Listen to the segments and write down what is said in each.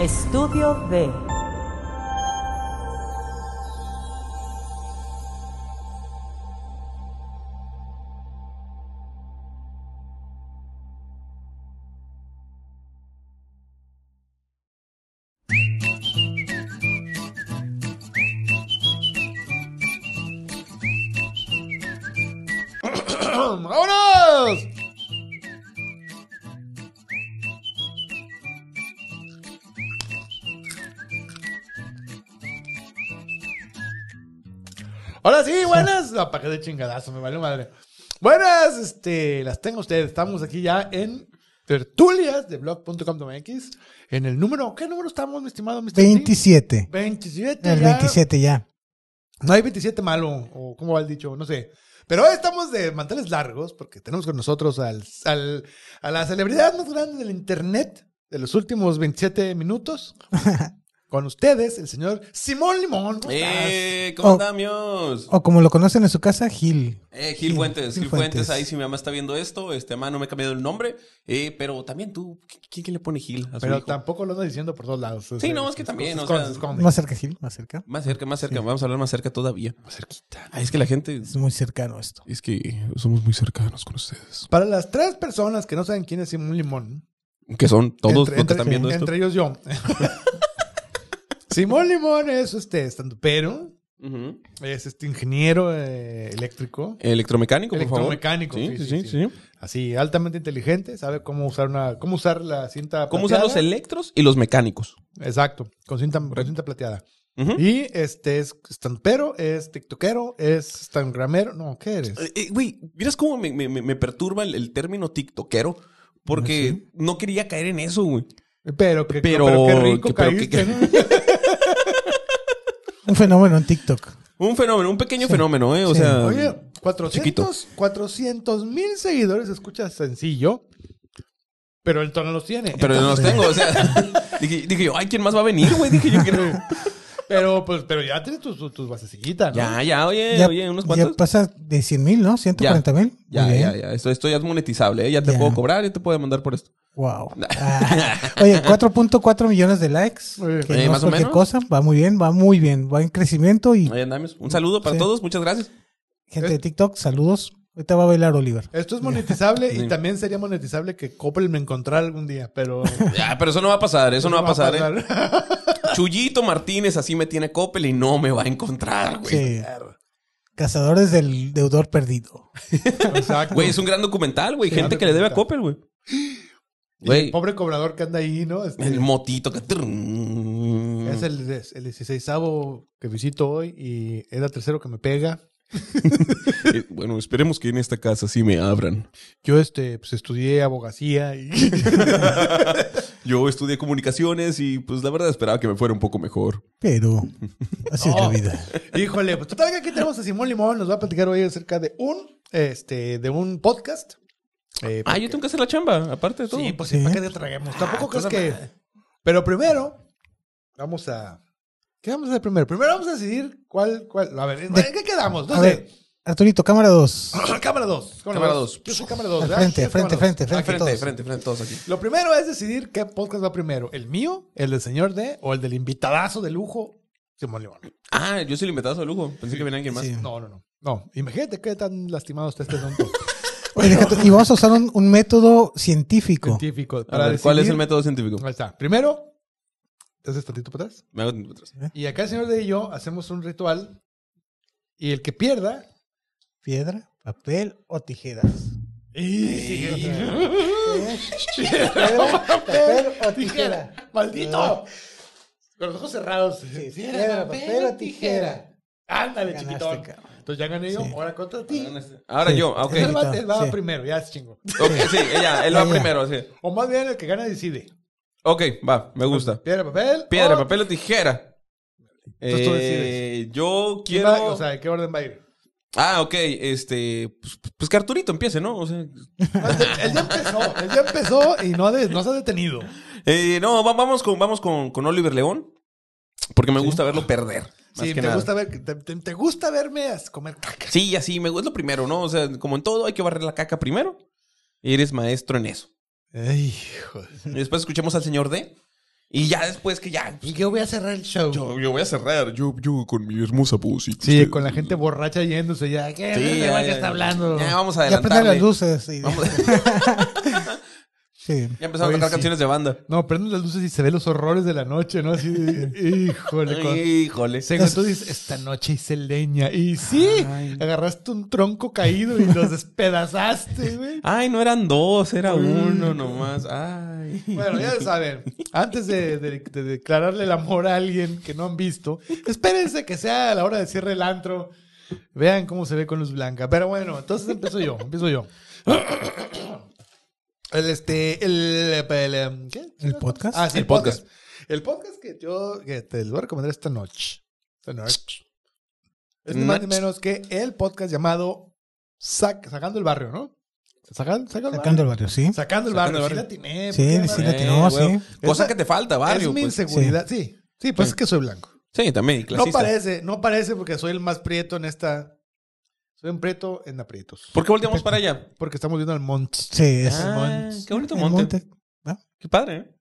Estudio D. ¡Vámonos! Ahora sí, buenas. No, para que de chingadazo, me vale madre. Buenas, este, las tengo ustedes. Estamos aquí ya en tertulias de blog.com.mx. En el número, ¿qué número estamos, mi estimado Mr. T? 27. 27. El ya. 27 ya. No hay 27 malo, o como va el dicho, no sé. Pero hoy estamos de manteles largos porque tenemos con nosotros al, al- a la celebridad más grande del internet de los últimos 27 minutos. con ustedes, el señor Simón Limón. ¿Cómo estás? ¡Eh! ¿Cómo Oh. andamos? O como lo conocen en su casa, Gil. Eh, Gil Gil, Fuentes, Gil Gil Fuentes, Fuentes. ahí si mi mamá está viendo esto, este, mamá no me he cambiado el nombre, eh, pero también tú, ¿qui- ¿quién, quién le pone Gil a su Pero hijo? tampoco lo ando diciendo por todos lados. este, Sí, no, es que también, Nos o sea, Más cerca, Gil, más cerca. Más cerca, más cerca, vamos a hablar más cerca todavía. cerquita. Ah, es que la gente, Es muy cercano esto. es que somos muy cercanos con ustedes. Para las tres personas que no saben quién es Simón Limón, Que son todos Entre- los que entre- están viendo sí, esto. Entre ellos yo. Simón Limón es este estandupero, Ujú. es este ingeniero eh, eléctrico, Electromecánico, por favor. electromecánico. Sí, sí, sí, sí. Así, altamente inteligente, sabe cómo usar una, cómo usar la cinta ¿Cómo usan los plateada. electros y los mecánicos? Exacto, con cinta, con cinta plateada. Ujú. Y este es estandupero, es tiktokero, es instagramero, no, ¿qué eres? Eh, eh, Güey, miras cómo me, me- me- me perturba el, el término tiktokero, porque ¿Ah, no quería caer en eso, güey. Pero, que, pero, pero- qué rico que- pero que- caíste, ¿no? Un fenómeno en TikTok. Un fenómeno, un pequeño fenómeno, ¿eh? O Sí. sea, Oye, 400 Chiquito. 400 mil seguidores, escucha sencillo, pero el tono los tiene. pero no los tengo, o sea. dije, dije yo, ay, ¿quién más va a venir, güey? Dije yo, creo. Pero, pues, pero ya tienes tus, tus, tus basecillitas, ¿no? Ya, ya, oye, Eh, oye, unos ya cuantos. pasa de 100 mil, ¿no? 140 mil. Ya, ya, ya. Esto, esto ya es monetizable, ¿eh? Ya te Ya. puedo cobrar y te puedo demandar por esto. Wow. Ah. oye, 4.4 millones de likes. Eh, que no más es o cualquier menos. cosa. Va muy bien, va muy bien. Va en crecimiento y Ahí andamos. Un saludo para Sí. todos, muchas gracias. gente eh. de TikTok, saludos. Ahorita va a bailar Oliver. Esto es monetizable y Sí. también sería monetizable que Coppel me encontrara algún día, pero... Ya, pero eso no va a pasar, eso no va a pasar, ¿eh? pasar. Chullito Martínez así me tiene Coppel y no me va a encontrar, güey. Sí. Cazadores del deudor perdido. Exacto. Güey, es un gran documental, güey. Sí, Gente gran que le debe a documental. Coppel, güey. Y el Güey, pobre cobrador que anda ahí, ¿no? Este, el motito que... trrrrrrrrrrrrrrrrrrrrrrrrrrrrrrrrrrrrrrrrrrrrrrrrrrrrrr es el, des- el 16 que visito hoy y era tercero que me pega. Eh, Bueno, esperemos que en esta casa sí me abran. Yo, este, pues estudié abogacía y... Yo estudié comunicaciones y pues la verdad esperaba que me fuera un poco mejor. Pero así es la Oh. vida. Híjole, pues total que aquí tenemos a Simón Limón, nos va a platicar hoy acerca de un, este, de un podcast. Eh, Ah, yo tengo que hacer la chamba, aparte de todo. Sí, pues Sí. ¿para qué te Ah, traguemos? Tampoco crees toda que. Pero primero, vamos a. ¿Qué vamos a hacer primero? Primero vamos a decidir cuál, cuál. A ver, ¿en De- qué quedamos? No A sé. ver, Arturito, cámara 2. Ah, cámara 2. Cámara dos. Yo soy cámara 2. Frente, frente, frente, Ah, frente, frente, todos. frente, frente, todos aquí. Lo primero es decidir qué podcast va primero: el mío, el del señor D o el del invitadazo de lujo, Simón León. Ah, yo soy el invitado de lujo. Pensé que venía alguien más. Sí. No, no, no. No, imagínate qué tan lastimados está este asunto Oye, deja tú- y vamos a usar un, un método científico. científico. A ver, ¿cuál es el método científico? Ahí está. Primero, te haces tantito para atrás. Me hago atrás. Y acá el señor de y yo hacemos un ritual y el que pierda... Piedra, papel o tijeras. Piedra, papel o tijera. ¡Maldito! Con los ojos cerrados. Sí, piedra, papel o tijera. Ándale, Ganaste, chiquitón. cabrón. Entonces ya gané yo, Sí. ahora contra ti. Ahora Sí. yo, ah, ok. Él va, Sí. él va Sí. primero, ya es chingo. Ok, sí, ella, él va Ella. primero, sí. O más bien el que gana decide. Ok, va, me gusta. Piedra, papel. Piedra, o- papel o tijera. Entonces tú Eh, decides. yo ¿Quién va- quiero. O sea, ¿en qué orden va a ir? ah, ok, este. Pues, pues que Arturito empiece, ¿no? O sea, Él ya empezó, él ya empezó y no, ha de- no se ha detenido. Eh, no, va- vamos con, vamos con, con Oliver León. Porque me gusta verlo perder. Sí, Más que te nada. gusta, ver, te, te- te gusta verme as- comer caca. Sí, así, me, es lo primero, ¿no? O sea, como en todo, hay que barrer la caca primero. Eres maestro en eso. Ay, hijo. Y después escuchamos al señor D. Y ya después que ya. pues, Y yo voy a cerrar el show. yo, yo voy a cerrar. Yo, yo con mi hermosa voz. y sí, usted- con la gente borracha yéndose ya. ¿Qué Sí, ¿De ya, cuál que ya, está ya. hablando? Ya vamos a Ya prenden las adelantarle. luces. y- Vamos- sí. ya empezamos Oye, a tocar sí. canciones de banda. No, prenden las luces y se ven los horrores de la noche, ¿no? Así, de- híjole. con- Híjole. Según tú dices, esta noche hice leña. Y sí, agarraste un tronco caído y los despedazaste, güey. Ay, no eran dos, era uno nomás. Ay. Bueno, ya saben, antes de, de- de declararle el amor a alguien que no han visto, espérense que sea a la hora de cierre el antro. Vean cómo se ve con luz blanca. Pero bueno, entonces empiezo yo, empiezo yo. El este, el, el, em, ¿qué? ¿El podcast? Ah, sí, el, El podcast. podcast. El podcast que yo que te lo voy a recomendar esta noche. Esta noche. Es ni más ni Noche. menos que el podcast llamado Sac- Sacando el Barrio, ¿no? Sacan- saca el Sacando barrio. el barrio, sí. Sacando el Sacando barrio. el Sí barrio. la atiné, Sí, ¿por qué, sí la madre? atiné. no, Eh, güey. sí. Cosa Esa- que te falta, es barrio. mi pues. inseguridad, sí. Sí, pues es que soy blanco. Sí, también. y No Clasista. parece, no parece porque soy el más prieto en esta. Soy un prieto en aprietos. ¿Por qué volteamos para allá? Porque estamos viendo al monte. Sí, es Ah, Montes. qué bonito el monte. monte. Qué padre, ¿eh?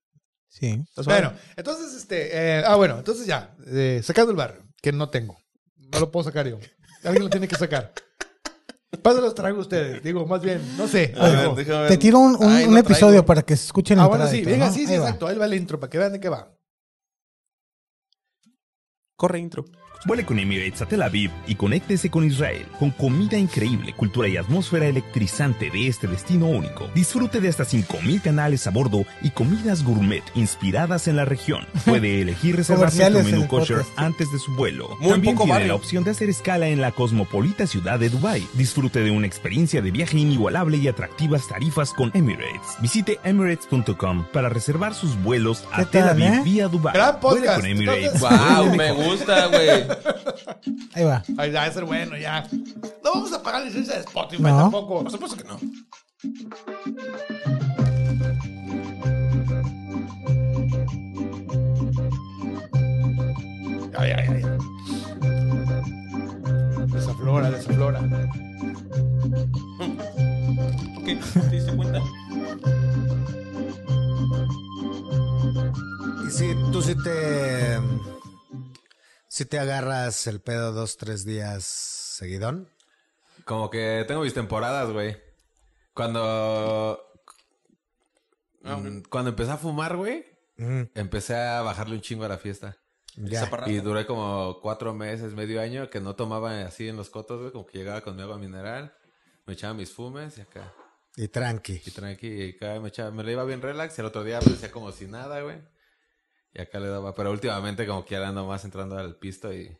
Sí. Está suave. Bueno, entonces, este. eh, ah, bueno, entonces ya. eh, sacando el barrio, que no tengo. No lo puedo sacar yo. Alguien lo tiene que sacar. Pasen los traigo ustedes. Digo, más bien, no sé. A ver, algo. déjame ver. Te tiro un, un- Ay, un no episodio traigo. para que se escuchen la Ah, bueno, entrada sí, y todo, venga, ¿no? sí, sí, Ahí va. exacto. Ahí va el intro para que vean de qué va. Corre intro. Vuele con Emirates a Tel Aviv y conéctese con Israel, con comida increíble, cultura y atmósfera electrizante de este destino único. Disfrute de hasta 5.000 canales a bordo y comidas gourmet inspiradas en la región. Puede elegir reservar Comerciales en su menú el kosher podcast. antes de su vuelo. Muy También poco tiene barrio. la opción de hacer escala en la cosmopolita ciudad de Dubai. Disfrute de una experiencia de viaje inigualable y atractivas tarifas con Emirates. Visite emirates.com para reservar sus vuelos a ¿Qué Tel tal, Aviv eh? vía Dubai. Gran Vuele podcast. con Emirates. Entonces- Wow, me gusta, güey. Ahí va. Ay, ya, ese es bueno, ya. No vamos a pagar licencia de Spotify No. tampoco. Por supuesto que no. Ay, ay, ay. Desaflora, desaflora. Ok, ¿te diste cuenta? Y si tú sí te. Si te agarras el pedo dos, tres días seguidón. Como que tengo mis temporadas, güey. Cuando. Mm, Cuando empecé a fumar, güey, empecé a bajarle un chingo a la fiesta. mm, Ya. Zaparra- Y duré como cuatro meses, medio año, que no tomaba así en los cotos, güey. Como que llegaba con mi agua mineral, me echaba mis fumes y acá. Y tranqui. Y tranqui, y acá me echaba, me lo iba bien relax. Y el otro día parecía como si nada, güey. Y acá le daba. Pero últimamente, como que ya le ando más entrando al pisto y.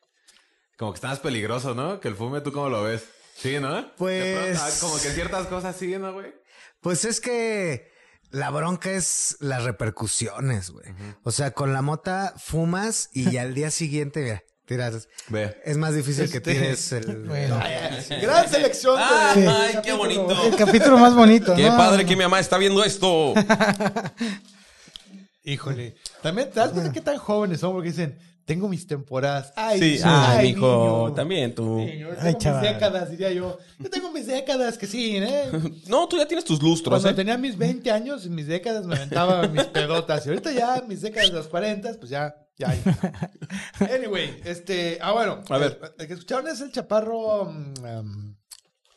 Como que está más peligroso, ¿no? Que el fume, ¿tú cómo lo ves? Sí, ¿no? De Pues- pronto, ah, como que ciertas cosas sí, ¿no, güey? Pues es que la bronca es las repercusiones, güey. O sea, con la mota fumas y al día siguiente, mira, tiras. Ve. Es más difícil Este- que tires el. Bueno. Gran selección. de- Ah, Sí. ay, qué bonito. El capítulo más bonito. Qué ¿no? padre que mi mamá está viendo esto. Híjole. También te das cuenta qué tan jóvenes son porque dicen, tengo mis temporadas. Ay, Sí, sí. ay, mijo, niño. también tú. Niño, yo Ay, tengo chaval. mis décadas, diría yo. Yo tengo mis décadas, que sí, ¿eh? No, tú ya tienes tus lustros, Cuando ¿eh? tenía mis 20 años, en mis décadas me aventaba mis pedotas. Y ahorita ya, mis décadas de los 40, pues ya, ya. ya. Anyway, este, ah, bueno. A ver. El, el que escucharon es el chaparro. mm, um,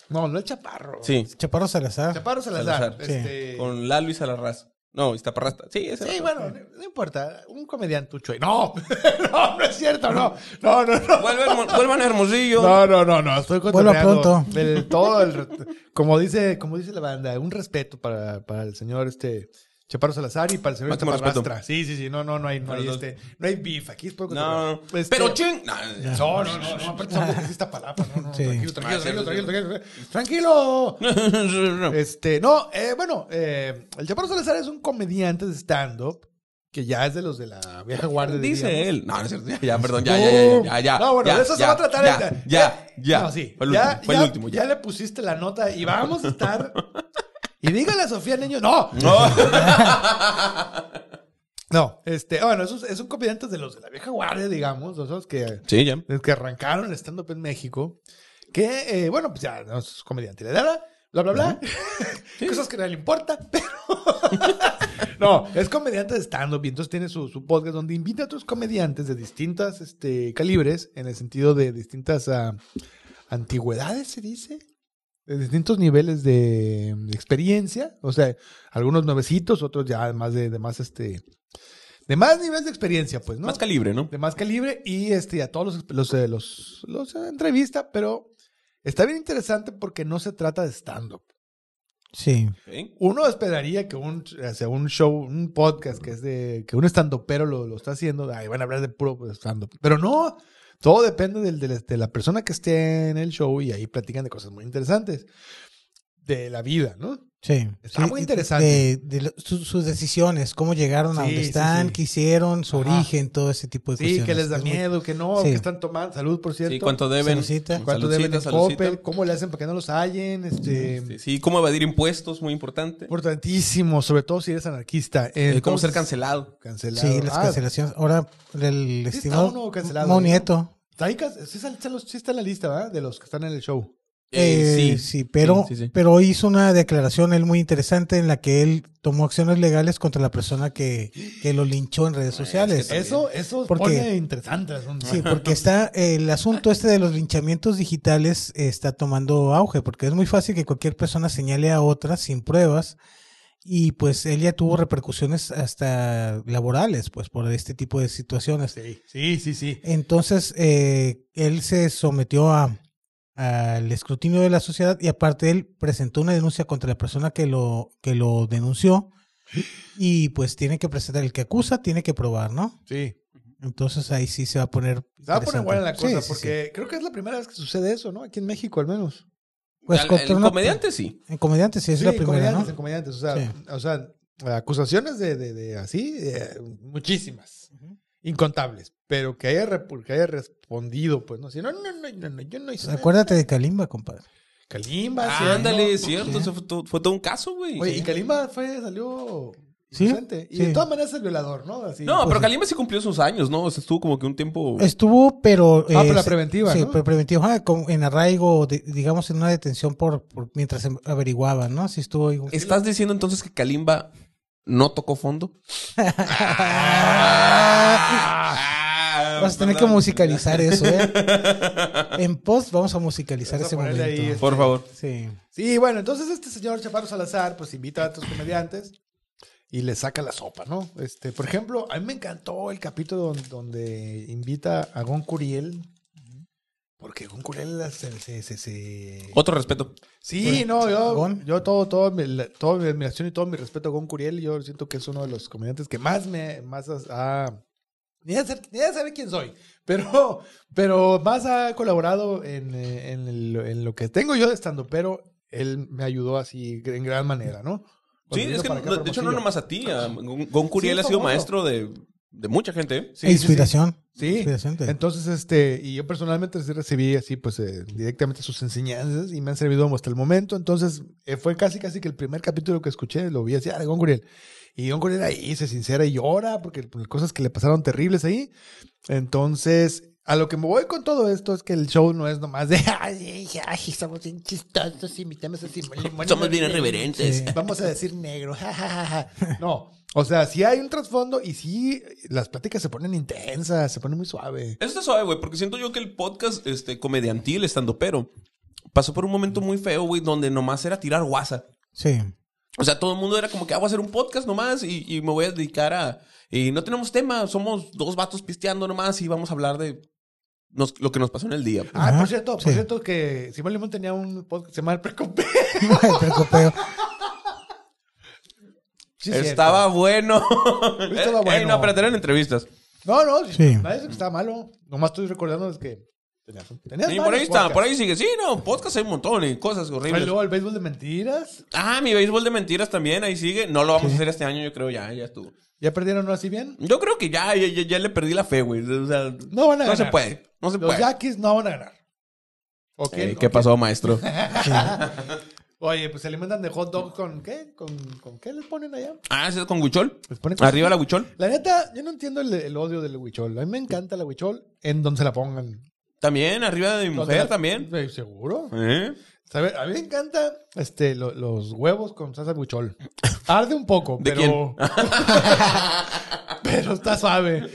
no, no el chaparro. Sí, Chaparro Salazar. Chaparro Salazar. Salazar, sí. este, con Lalo y Salarraz. No, Iztaparrasta. Sí, ese. Sí, era. bueno, no, no importa. Un comediantucho. ahí. No, no, no es cierto, no. No, no, no. Vuelvan, Hermo- vuelvan a Hermosillo. No, no, no, no, estoy Vuelva cotorreando. pronto. El, todo el, como dice, como dice la banda, un respeto para, para el señor este Chaparro Salazar y para el señor Máximo Chaparrastra. Sí, sí, sí, no, no, no hay, no Para hay los este, no hay beef, aquí es poco. No, no, no. Este, Pero ching. No, no, no, no, no, aparte somos de esta palabra, no, no, Sí. tranquilo, tranquilo, tranquilo, tranquilo, tranquilo. no. Este, no, eh, bueno, eh, el Chaparro Salazar es un comediante de stand-up que ya es de los de la vieja guardia. Dice diríamos. él. No, no es cierto. Ya, ya, perdón. Ya, ya, ya, ya, ya. No, bueno, ya, de eso se ya, va a tratar. Ya, el- ya, ya. No, sí. Fue el ya, último. Fue el ya- último. ya le pusiste la nota y vamos a estar. y dígale a Sofía Niño, no. No. No, este, bueno, esos, esos comediantes de los de la vieja guardia, digamos, de esos que, Sí, ya. de los que arrancaron el stand-up en México, que, eh, bueno, pues ya, no es comediante, le da, bla, bla, bla, cosas que no le importa, pero, No, es comediante de stand-up y entonces tiene su, su podcast donde invita a otros comediantes de distintas este, calibres, en el sentido de distintas ah, antigüedades, se dice, de distintos niveles de, de experiencia. O sea, algunos nuevecitos, otros ya más de, de más este. De más niveles de experiencia, pues, ¿no? Más calibre, ¿no? de más calibre y este a todos los los eh, los, los, eh, entrevista, pero está bien interesante porque no se trata de stand up. Sí. Ok. Uno esperaría que un o sea, un show, un podcast que es de que un stand upero lo, lo está haciendo, ahí van a hablar de puro stand up, pero no todo depende del, del- de la persona que esté en el show y ahí platican de cosas muy interesantes de la vida, ¿no? Sí. Está Sí, muy y- interesante. De, de lo- su- sus decisiones, cómo llegaron a Sí, donde sí, están, sí. qué hicieron, su Ajá. origen, todo ese tipo de Sí, cuestiones. que les da Es muy- miedo, que no, Sí. que están tomando salud, por cierto. Sí, cuánto deben. Salucita. Un ¿Cuánto salucita, deben en salucita. Coppel? ¿Cómo le hacen para que no los hallen? Este, Sí, sí, cómo evadir impuestos, muy importante. Importantísimo, sobre todo si eres anarquista. Eh, Entonces- cómo ser cancelado. Cancelado. Sí, las Ah, cancelaciones. Ahora, el está uno estimado cancelado, Mau ¿no? Nieto. está ahí can- sí, está- sí está en la lista, ¿verdad? De los que están en el show. Eh, eh, sí, pero, Sí, sí, sí. pero hizo una declaración él muy interesante en la que él tomó acciones legales contra la persona que, que lo linchó Ah, en redes sociales. Está bien. Eso, eso ¿Por pone qué? interesante el asunto. Sí, porque está el asunto este de los linchamientos digitales eh, está tomando auge, porque es muy fácil que cualquier persona señale a otra sin pruebas y pues él ya tuvo repercusiones hasta laborales, pues por este tipo de situaciones. sí, sí, sí, sí. Entonces, eh, él se sometió a- al escrutinio de la sociedad y aparte él presentó una denuncia contra la persona que lo, que lo denunció y pues tiene que presentar, el que acusa tiene que probar, ¿no? sí. Entonces ahí sí se va a poner... Se va a poner interesante. buena la Sí, cosa, sí, sí. porque creo que es la primera vez que sucede eso, ¿no? Aquí en México, al menos. Pues Al- contra el una- comediante sí. En comediante sí, es Sí, la primera, comediantes, en ¿no? comediantes. O sea, Sí. o sea acusaciones de, de, de así, eh, muchísimas. Incontables. Pero que haya, repu- que haya respondido, pues, no. Si no, no, no, no, no, yo no hice nada. Acuérdate de Kalimba, compadre. Kalimba, sí, Ah, ándale, ¿no? es cierto. eso fue, todo, fue todo un caso, güey. Oye, y Kalimba fue, salió Sí, inocente. Y sí. de todas maneras el violador, ¿no? Así, No, pues, pero Kalimba sí cumplió sus años, ¿no? O sea, estuvo como que un tiempo. Estuvo, pero... Ah, pero la se- preventiva, Sí, ¿no? pero preventiva, ajá, como en arraigo, de- digamos, en una detención por, por mientras em, averiguaban, ¿no? Si estuvo... ahí- ¿Estás diciendo entonces que Kalimba no tocó fondo? Vas a Ah, tener que musicalizar eso, ¿eh? En post vamos a musicalizar Vamos a ese pues, ponerle momento. ahí este- Por favor. Sí. Sí, bueno, entonces este señor Chaparro Salazar, pues invita a otros comediantes y le saca la sopa, ¿no? Este, por ejemplo, a mí me encantó el capítulo don- donde, invita a Gon Curiel. Porque Gon Curiel se... se, se- se- Otro respeto. Sí, no, yo, Gon. yo todo, todo, mi, la- toda mi admiración y todo mi respeto a Gon Curiel. Yo siento que es uno de los comediantes que más me, más has- ha... Ni a, ser- ni a saber quién soy, pero, pero más ha colaborado en, eh, en el- en lo que tengo yo de estando, pero él me ayudó así en gran manera, ¿no? Cuando Sí, vino es que para acá, no- para de hecho no Hermosillo. nomás a ti. a Gon Gon Curiel Sí, ha sido famoso. maestro de, de mucha gente. ¿eh? Sí, E sí, sí. inspiración. Sí. Inspiración de- Entonces, este, y yo personalmente sí recibí así, pues, eh, directamente sus enseñanzas y me han servido hasta el momento. Entonces, eh, fue casi, casi que el primer capítulo que escuché, lo vi así, ah, de Gon Guriel. Y Gon Guriel ahí se sincera y llora porque por cosas que le pasaron terribles ahí. Entonces, a lo que me voy con todo esto es que el show no es nomás de, ay, ay, ay, somos bien chistosos, imitamos así. Somos bien irreverentes. Sí. Vamos a decir negro. ja, ja, ja, ja. No. O sea, sí hay un trasfondo y sí las pláticas se ponen intensas, se ponen muy suave. Eso está suave, güey, porque siento yo que el podcast este, comediantil, estando pero, pasó por un momento muy feo, güey, donde nomás era tirar guasa. Sí. O sea, todo el mundo era como que ah, voy a hacer un podcast nomás y, y me voy a dedicar a. Y no tenemos tema, somos dos vatos pisteando nomás y vamos a hablar de nos- lo que nos pasó en el día. Ah, Ajá, por cierto, por sí. cierto que Simón Limón tenía un podcast que se llama El Precompe. El precopeo. Sí, es Estaba bueno. Estaba Eh, bueno. no, pero tenían entrevistas. cierto. No, no, Sí. nadie dice que estaba malo. Nomás estoy recordando es que tenías, tenías Y por varios ahí está, podcasts. por ahí sigue. Sí, no, podcast hay un montón y cosas Y horribles. luego el béisbol de mentiras. Ah, mi béisbol de mentiras también, ahí sigue. No lo vamos a hacer este año, yo creo, ya, ya estuvo. ¿Ya perdieron no así bien? Yo creo que ya, ya, ya- ya le perdí la fe, güey. O sea, No van a no ganar. se puede. No se Los puede. Yaquis no van a ganar. ¿O Eh, quién? ¿Qué ¿O pasó, maestro? quién? Oye, pues se alimentan de hot dog con qué? ¿Con, con qué les ponen allá? Ah, ¿es con Guchol? Les ponen con- Arriba la Guchol. La neta, yo no entiendo el, el odio del huichol. A mí me encanta la huichol en donde se la pongan. También, arriba de mi Donde mujer la- también. Eh, ¿Seguro? ¿Eh? ¿Sabe? A mí me encanta este, lo- los huevos con salsa buchol. Arde un poco, ¿De pero. pero está suave.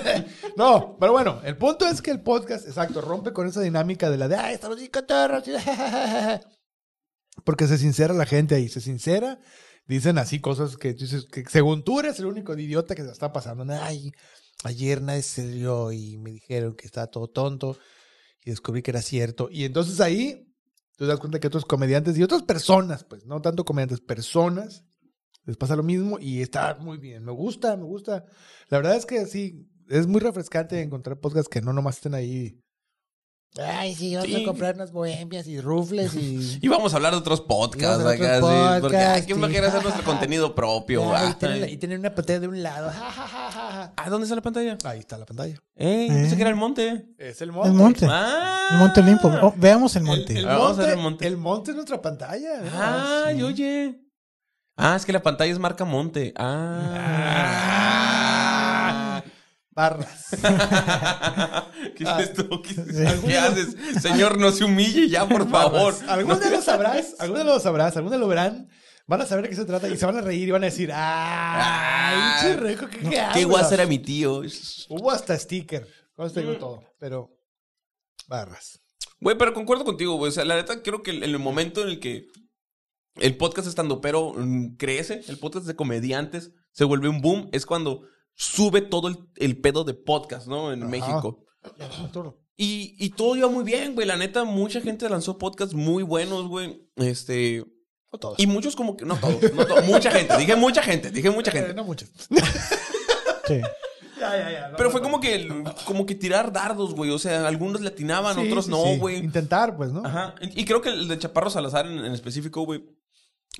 no, pero bueno, el punto es que el podcast, exacto, rompe con esa dinámica de la de, ay, estamos bien cotorros", Porque se sincera la gente ahí, se sincera. Dicen así cosas que, tú dices que según tú eres el único idiota que se la está pasando. Ay, ayer nadie se rió y me dijeron que estaba todo tonto y descubrí que era cierto. Y entonces ahí tú te das cuenta que otros comediantes y otras personas, pues no tanto comediantes, personas, les pasa lo mismo y está muy bien. Me gusta, me gusta. La verdad es que sí, es muy refrescante encontrar podcasts que no nomás estén ahí. Ay, sí, vamos Sí. a comprar unas bohemias y rufles y... Y vamos a hablar de otros podcasts. Y vamos a acá, otros sí, podcasts, porque ay, qué sí. flojera hacer nuestro contenido propio. Ay, ay. y, tener, y tener una pantalla de un lado. Ja, ja, ja, ja, ja. Ah, ¿dónde está la pantalla? Ahí está la pantalla. Eh, Eh. pensé que era el monte. Es el El monte. Ah. El monte Olimpo. Oh, veamos el El, monte. el Ah, vamos monte, a ver el el monte. monte. es nuestra pantalla. Ah, Ay, oye. Ah, es que la pantalla es marca monte. Ah. Barras. ¿Qué es esto? ¿Qué, Sí. qué haces? Señor, no se humille ya, por favor. Algún día lo sabrás, algún día lo sabrás, algún día lo verán. Van a saber de qué se trata y se van a reír y van a decir, ¡ay, pinche rico, qué, qué, Ah, ¿Qué hablas?". guasa era mi tío? Hubo hasta sticker. No te Mm. digo todo, pero barras. Güey, pero concuerdo contigo, güey. O sea, la neta, creo que en el momento en el que el podcast estando pero mm, crece, el podcast de comediantes se vuelve un boom, es cuando sube todo el, el pedo de podcast, ¿no? En Ajá. México. Ah. Arturo. Y, y todo iba muy bien, güey. La neta, mucha gente lanzó podcasts muy buenos, güey. Este. No todos. Y muchos como que. No todos, no todos. mucha gente. Dije mucha gente, dije mucha Eh, gente. no muchos. Sí. Ya, ya, ya. no, Pero no, fue no. como que, el- como que tirar dardos, güey. O sea, algunos le atinaban, Sí, otros sí, no, sí. güey. Intentar, pues, ¿no? Ajá. Y y creo que el de Chaparro Salazar en, en específico, güey.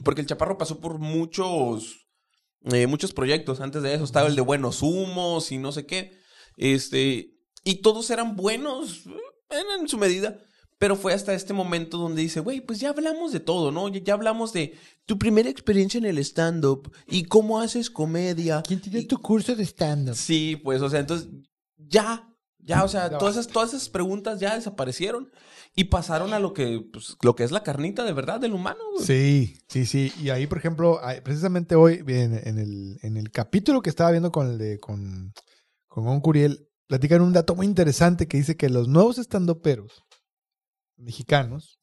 Porque el Chaparro pasó por muchos. eh, muchos proyectos antes de eso. Estaba el de Buenos Humos y no sé qué. Este. Y todos eran buenos eh, en, en su medida. Pero fue hasta este momento donde dice, güey, pues ya hablamos de todo, ¿no? Ya, ya hablamos de tu primera experiencia en el stand-up y cómo haces comedia. y- curso de stand-up? Sí, pues, o sea, entonces ya, ya, o sea, Ya todas esas, todas esas preguntas ya desaparecieron y pasaron a lo que, pues, lo que es la carnita de verdad del humano, güey. Sí, sí, sí. Y ahí, por ejemplo, ahí- precisamente hoy, en, en el, en el capítulo que estaba viendo con el de, con, con Gon Curiel, platican un dato muy interesante que dice que los nuevos estandoperos mexicanos,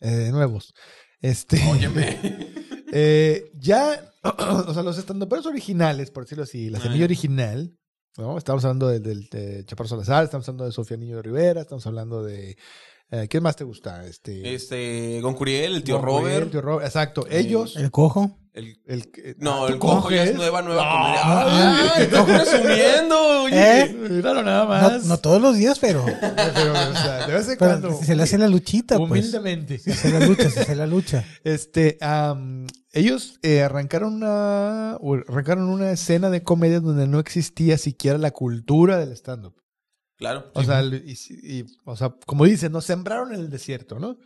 eh, nuevos, este, eh, ya, o sea, los estandoperos originales, por decirlo así, la Ah, semilla ya. original, ¿no? Estamos hablando del, del de Chaparro Salazar, estamos hablando de Sofía Niño de Rivera, estamos hablando de, eh, ¿quién más te gusta? Este, Este, Goncuriel, el tío Don Joel, Robert, tío Robert, exacto. Eh, Ellos. El cojo. el- el que- no, ¿tú el cojo ya es coges? nueva, nueva No, comedia. ah, ¡Ay, estás presumiendo, oye! ¿Eh? Míralo nada No, más. no todos los días, pero, Pero, o sea, de vez en pero cuando. se le hace la luchita, pues. Se humildemente. hace la lucha, se hace la lucha. Este, am, ellos eh, arrancaron una o arrancaron una escena de comedia donde no existía siquiera la cultura del stand-up. Claro. O sea, y, y- o sea, como dicen, nos sembraron en el desierto, ¿no?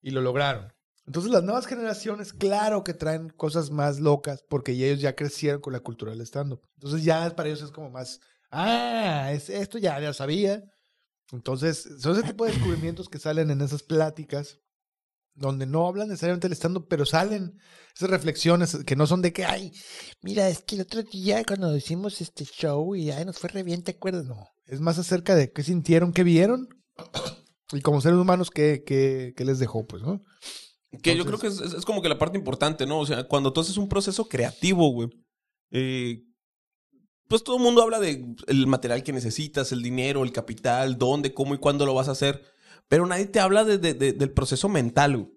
Y lo lograron. Entonces las nuevas generaciones, claro que traen cosas más locas porque ya ellos ya crecieron con la cultura del stand-up. Entonces ya para ellos es como más, ah, es esto ya, ya lo sabía. Entonces son ese tipo de descubrimientos que salen en esas pláticas donde no hablan necesariamente del stand-up, pero salen esas reflexiones que no son de que, ay, mira, es que el otro día cuando hicimos este show y ay, nos fue re bien, ¿te acuerdas? No, es más acerca de qué sintieron, qué vieron y como seres humanos, qué, qué, qué les dejó, pues, ¿no? Que yo creo que Entonces- es, es- es como que la parte importante, ¿no? O sea, cuando tú haces un proceso creativo, güey. eh, pues todo el mundo habla de el material que necesitas, el dinero, el capital, dónde, cómo y cuándo lo vas a hacer. Pero nadie te habla de- de- de- del proceso mental, güey.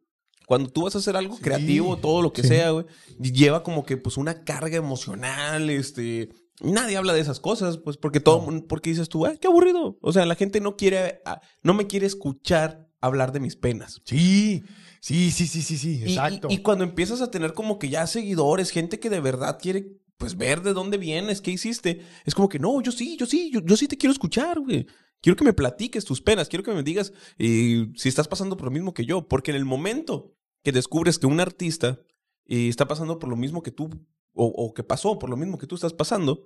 Cuando tú vas a hacer algo creativo, todo lo que sí. sea, güey, lleva como que pues una carga emocional, este, nadie habla de esas cosas, pues porque todo mun- porque dices tú, "Ay, qué aburrido." O sea, la gente no quiere ah, no me quiere escuchar hablar de mis penas. Sí, sí, sí, sí, sí, sí, Y- y- exacto. Y, cuando empiezas a tener como que ya seguidores, gente que de verdad quiere pues ver de dónde vienes, qué hiciste, es como que no, yo sí, yo sí, yo, yo sí te quiero escuchar, güey. Quiero que me platiques tus penas, quiero que me digas eh, si estás pasando por lo mismo que yo, porque en el momento que descubres que un artista eh, está pasando por lo mismo que tú, o, o que pasó por lo mismo que tú estás pasando,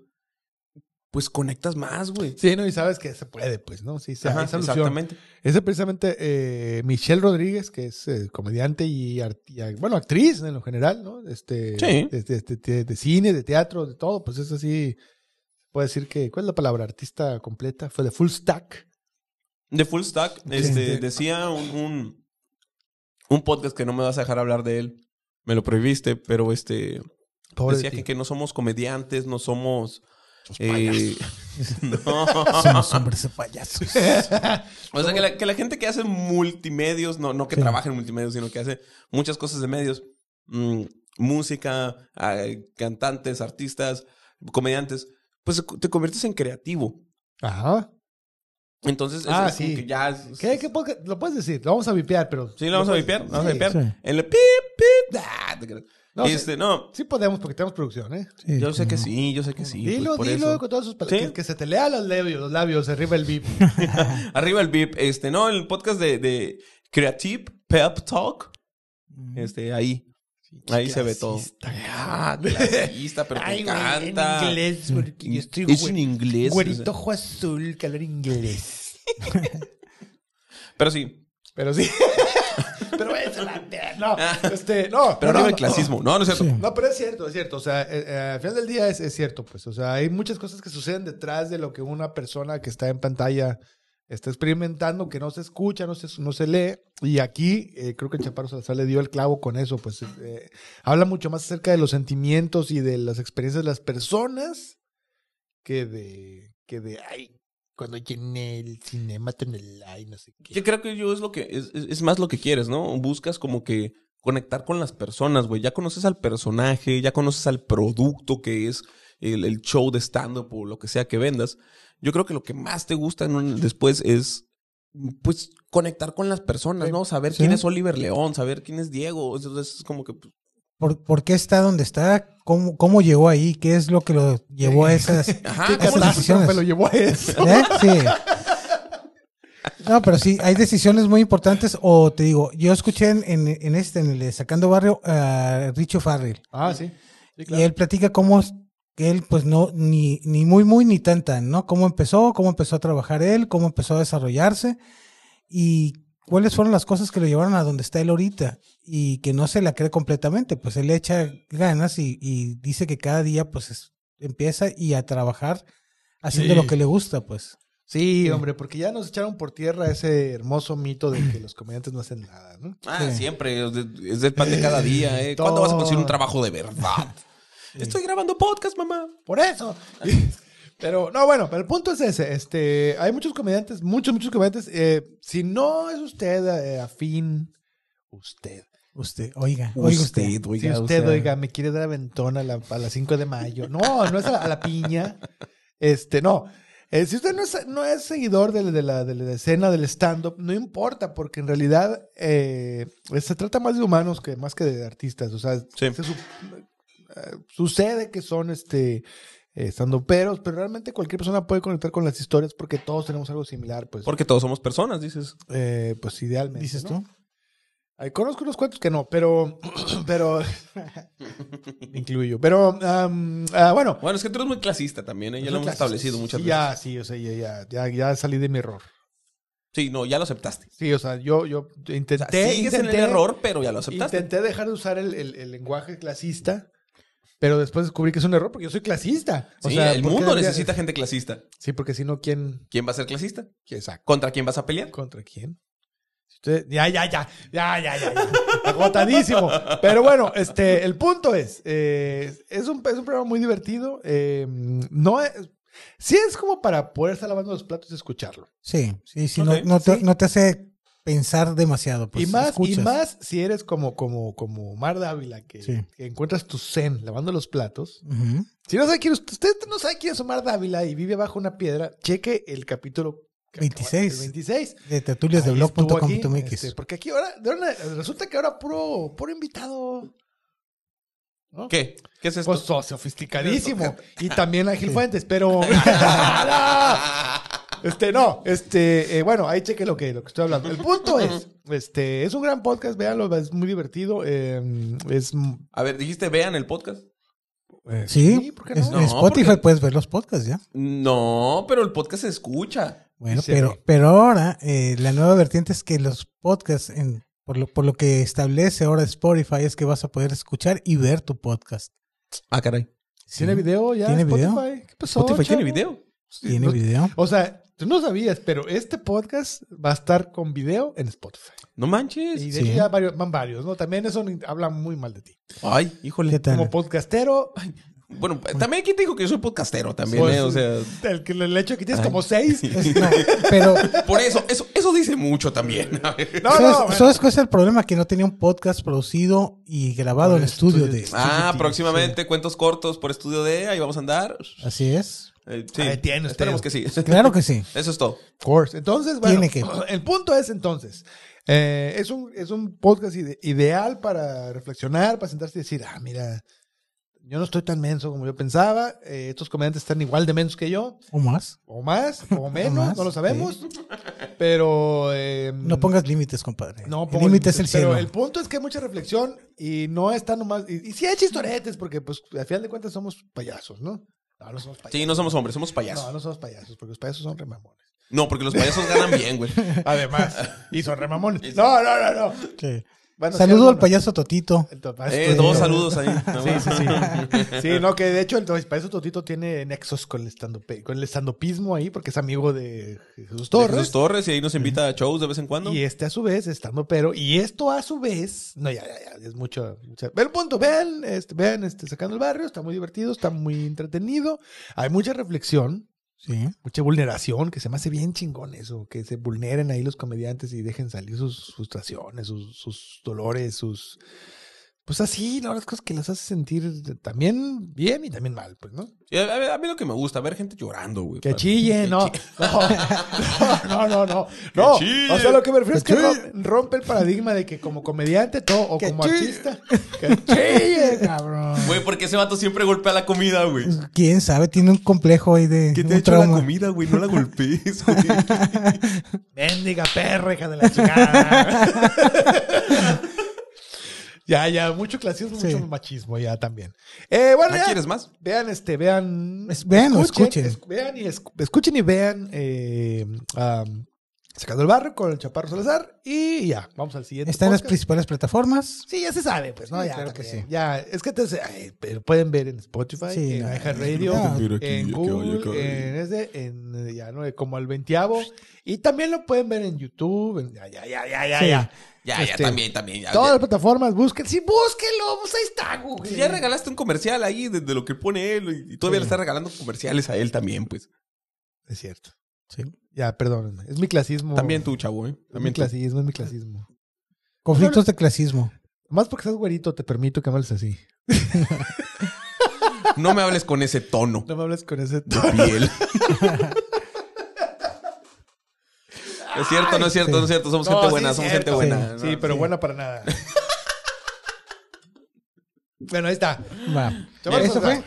pues conectas más, güey. Sí, no, y sabes que se puede, pues, ¿no? Sí, se, Ajá, hay solución. exactamente. Ese precisamente eh, Michelle Rodríguez, que es eh, comediante y, art- y ac- bueno, actriz en lo general, ¿no? Este, Sí. De, de- de- de- de cine, de teatro, de todo, pues es así. Puede decir que, ¿cuál es la palabra? Artista completa, fue de full stack. De Full Stack, este, sí. decía un, un, un podcast que no me vas a dejar hablar de él. Me lo prohibiste, pero este. Pobre de decía ti. que, que no somos comediantes, no somos. eh, Somos hombres de payasos. O sea, que la, que la gente que hace multimedios, no, no que Sí. trabaja en multimedios, sino que hace muchas cosas de medios, mm, música, ah, cantantes, artistas, comediantes, pues te conviertes en creativo. Ajá. Entonces, es- Ah, es como sí. que ya... es- ¿Qué, qué podcast? Lo puedes decir, lo vamos a vipear, pero. Sí, lo vamos a puedes- vipear, lo vamos a sí. vipear. sí. En el pip, pip, ah, te creas. No, este, no, sí, sí podemos porque tenemos producción, ¿eh? Sí, yo sé que como- sí, yo sé que sí. dilo, pues, por dilo eso. con todas sus Sí. palabras. Que, que se te lea los labios, los labios, arriba el vip. Arriba el VIP, este, no, el podcast de, de Creative Pep Talk, Mm. este, ahí. Ahí se ve todo. Ah, clasista, pero me encanta. Mm. inglés, porque yo estoy Es en inglés. Güerito o ojo azul, que hablar inglés. sea. Pero sí. Pero sí. pero es la no, este, no. Ah. Pero no, arriba no, el clasismo. No, no es cierto. Sí. No, pero es cierto, es cierto. O sea, eh, eh, al final del día es, es cierto, pues. O sea, hay muchas cosas que suceden detrás de lo que una persona que está en pantalla está experimentando, que no se escucha, no se, no se lee. Y aquí eh, creo que el Chaparro Salazar le dio el clavo con eso, pues. eh, habla mucho más acerca de los sentimientos y de las experiencias de las personas que de. que de. ay, cuando llené el cinema, en el ay, no sé qué. Yo creo que yo es lo que. Es, es- es más lo que quieres, ¿no? Buscas como que conectar con las personas, güey. Ya conoces al personaje, ya conoces al producto que es el, el show de stand-up o lo que sea que vendas. Yo creo que lo que más te gusta en un- después es. Pues conectar con las personas, ¿no? Saber quién es Oliver León, saber quién es Diego. Entonces es como que. pues, ¿Por, por qué está donde está? ¿Cómo, ¿Cómo llegó ahí? ¿Qué es lo que lo llevó a esas, a esas Ajá, ¿cómo las Catástrofe decisiones? Ah, lo llevó a eso. ¿Eh? Sí. No, pero sí, hay decisiones muy importantes. O te digo, yo escuché en, en- en este, en el de Sacando Barrio, a Richo Farrell. Ah, sí. Sí, Y él platica cómo es- que él, pues no, ni, ni muy, muy, ni tan, tan, ¿no? Cómo empezó, cómo empezó a trabajar él, cómo empezó a desarrollarse y cuáles fueron las cosas que lo llevaron a donde está él ahorita y que no se la cree completamente. Pues él le echa ganas y, y dice que cada día, pues es- empieza y a trabajar haciendo Sí. lo que le gusta, pues. Sí, hombre, porque ya nos echaron por tierra ese hermoso mito de que los comediantes no hacen nada, ¿no? Ah, Sí. siempre. Es, de- es del pan de cada día, ¿eh? ¿Cuándo Todo. vas a conseguir un trabajo de verdad? Estoy grabando podcast, mamá. Por eso. Pero, no, bueno, pero el punto es ese. Este, hay muchos comediantes, muchos, muchos comediantes. eh, si no es usted eh, afín, usted. Usted, oiga, oiga usted. si usted, oiga, me quiere dar aventón a, la- a las 5 de mayo. No, no es a, la- a la piña. Este, no. Eh, si usted no es, no es seguidor del- de la, de la escena del stand-up, no importa, porque en realidad eh, se trata más de humanos que más que de artistas. O sea, Sí. se su- eh, sucede que son este estando peros, pero realmente cualquier persona puede conectar con las historias porque todos tenemos algo similar, pues, Porque todos somos personas, dices. eh, pues idealmente. Dices ¿no? tú. Ay, conozco unos cuantos que no, pero. pero. me incluyo. Pero. am, ah, bueno. Bueno, es que tú eres muy clasista también, ¿eh? Ya lo hemos Clasista. establecido muchas Sí, veces. Ya, sí, o sea, ya, ya, ya, ya salí de mi error. Sí, no, ya lo aceptaste. Sí, o sea, yo, yo O sea, intenté. sigues intenté, en el error, pero ya lo aceptaste. Intenté dejar de usar el, el- el lenguaje clasista, pero después descubrí que es un error porque yo soy clasista. O Sí, sea, el ¿por qué mundo debería- necesita gente clasista. Sí, porque si no, ¿quién? ¿Quién va a ser clasista? ¿Quién saca? ¿Contra quién vas a pelear? ¿Contra quién? Si usted- Ya, ya, ya, ya, ya, ya, ya. Agotadísimo. Pero bueno, este, el punto es, eh, es, un, es un programa muy divertido. eh, no es, sí es como para poder estar lavando los platos y escucharlo. Sí, sí, sí, Ok, no, no, te, sí. no te hace pensar demasiado. Pues, y más, y escuchas. más si eres como, como, como Mar Dávila, que, Sí. que encuentras tu zen lavando los platos. Ujú. Si no sabe quién, usted usted no sabe quién es Omar Dávila y vive bajo una piedra, cheque el capítulo que acaba- 26. el 26. De tertulias de Ahí estuvo aquí, blog.com.mx. este, porque aquí ahora, de ahora en- resulta que ahora puro, puro invitado. ¿no? ¿Qué? ¿Qué es esto? Pues so- sofisticadísimo. Y también Ángel Fuentes, pero. este, no, este, eh, bueno, ahí cheque lo que, lo que estoy hablando. El punto es, este, es un gran podcast, véanlo, es muy divertido. eh, es A ver, dijiste, vean el podcast. Pues, Sí, ¿por qué no? es- no? en Spotify porque- puedes ver los podcasts ya. No, pero el podcast se escucha. Bueno, se pero, ve. pero ahora eh, la nueva vertiente es que los podcasts, en, por, lo, por lo que establece ahora Spotify, es que vas a poder escuchar y ver tu podcast. Ah, caray. ¿Tiene Sí, video ya? ¿Tiene video? Spotify? ¿Qué pasó? Spotify tiene chavo? video. Tiene no- video. O sea, tú no sabías, pero este podcast va a estar con video en Spotify. No manches. Y de Sí. hecho ya varios, van varios, ¿no? También eso ni- habla muy mal de ti. Ay, híjole. ¿Qué Como tal? podcastero, Bueno, también aquí te digo que yo soy podcastero también, Pues, ¿eh? O sea, el, que- el hecho de que tienes como seis. Es- no, pero por eso, eso, eso dice mucho también. Ah, No, ¿sabes, no, bueno. sabes cuál es el problema? Que no tenía un podcast producido y grabado en Por estudio de... estudio. ah, Sí, próximamente cuentos cortos por estudio de, ahí vamos a andar. ah. sí. Así es. Eh, sí, Ahí tiene usted. esperemos que sí. Claro que sí. Eso es todo. Of course. Entonces, bueno, Tiene que. el punto es entonces, eh, es, un, es un podcast ide- ideal para reflexionar, para sentarse y decir, ah, mira, yo no estoy tan menso como yo pensaba, eh, estos comediantes están igual de mensos que yo, ¿O más? o más, o menos, más, no lo sabemos, pero... eh, No pongas límites, compadre. no El pongo límite es el límites, pero cielo. el punto es que hay mucha reflexión y no está nomás... Y, y sí hay chistoretes, porque pues al final de cuentas somos payasos, ¿no? No, no somos payasos. Sí, no somos hombres, somos No, payasos. no somos payasos, porque los payasos son remamones. No, porque los payasos ganan bien, güey. Eh, Además, y son remamones. No, no, no, Ah, no. Sí. Bueno, sí, Saludo al algunos. payaso Totito. El to- Eh, Totito. dos saludos ahí. Sí, sí, sí. Sí, no, que de hecho el to- payaso Totito tiene nexos con el estando con el estandopismo ahí, porque es amigo de Jesús Torres. Torres. Torres y ahí nos invita a shows de vez en cuando. Y este a su vez estando pero y esto a su vez, no ya ya, ya es mucho, mucho- Ve el punto, vean, este vean este sacando el barrio, está muy divertido, está muy entretenido. Hay mucha reflexión, Sí. mucha vulneración, que se me hace bien chingón eso, que se vulneren ahí los comediantes y dejen salir sus frustraciones, sus, sus dolores, sus... Pues así, ¿no? Las cosas que las hace sentir también bien y también mal, pues, ¿no? Y eh, A, a- a mí lo que me gusta, ver gente llorando, güey. Que Para- chille, que no. chi- No, no, no, no. no. chille. O sea, lo que me refiero es Que que ro- rompe el paradigma de que como comediante todo, o como artista, que chille, cabrón. Güey, porque ese vato siempre golpea la comida, güey. ¿Quién sabe? Tiene un complejo ahí de ¿Qué te un ha hecho trauma. la comida, güey? No la golpees, güey. Méndiga perra, hija de la chingada. ya, ya, mucho clasismo, Sí. mucho machismo ya también. Eh, bueno, ¿No ya, quieres más? vean este, vean... Es- vean o escuchen. es- vean y esc- escuchen y vean eh, am, Sacando el Barrio con el Chaparro Salazar y ya, vamos al siguiente Está en las podcast. principales plataformas. Sí, ya se sabe, pues, ¿no? Sí, ya, claro que también. sí. Ya, es que te, ay, pero pueden ver en Spotify, Sí, en no, iHeartRadio, no, en mira Google, en este, en, eh, ya, ¿no? Como al veintiavo. Y también lo pueden ver en YouTube, en- ya, ya, ya, ya, ya. Sí. ya. Ya, Este, ya, también, también. Ya, Todas ya. las plataformas, busquen. Sí, búsquenlo, pues ahí está, Google. Si ya regalaste un comercial ahí de, de lo que pone él y todavía Sí. le estás regalando comerciales a él también, pues. Es cierto. Sí. Ya, perdónenme. Es mi clasismo. También tú, chavo, ¿eh? Es mi También tú. clasismo, es mi clasismo. Conflictos de clasismo. Más porque estás güerito, te permito que me hables así. No me hables con ese tono No me hables con ese de piel. es cierto, no es cierto, no es cierto. Somos gente No, buena, sí, somos cierto. gente buena. Sí, pero buena para nada. bueno, ahí está. Va. Chaval, ¿Eso pues, fue?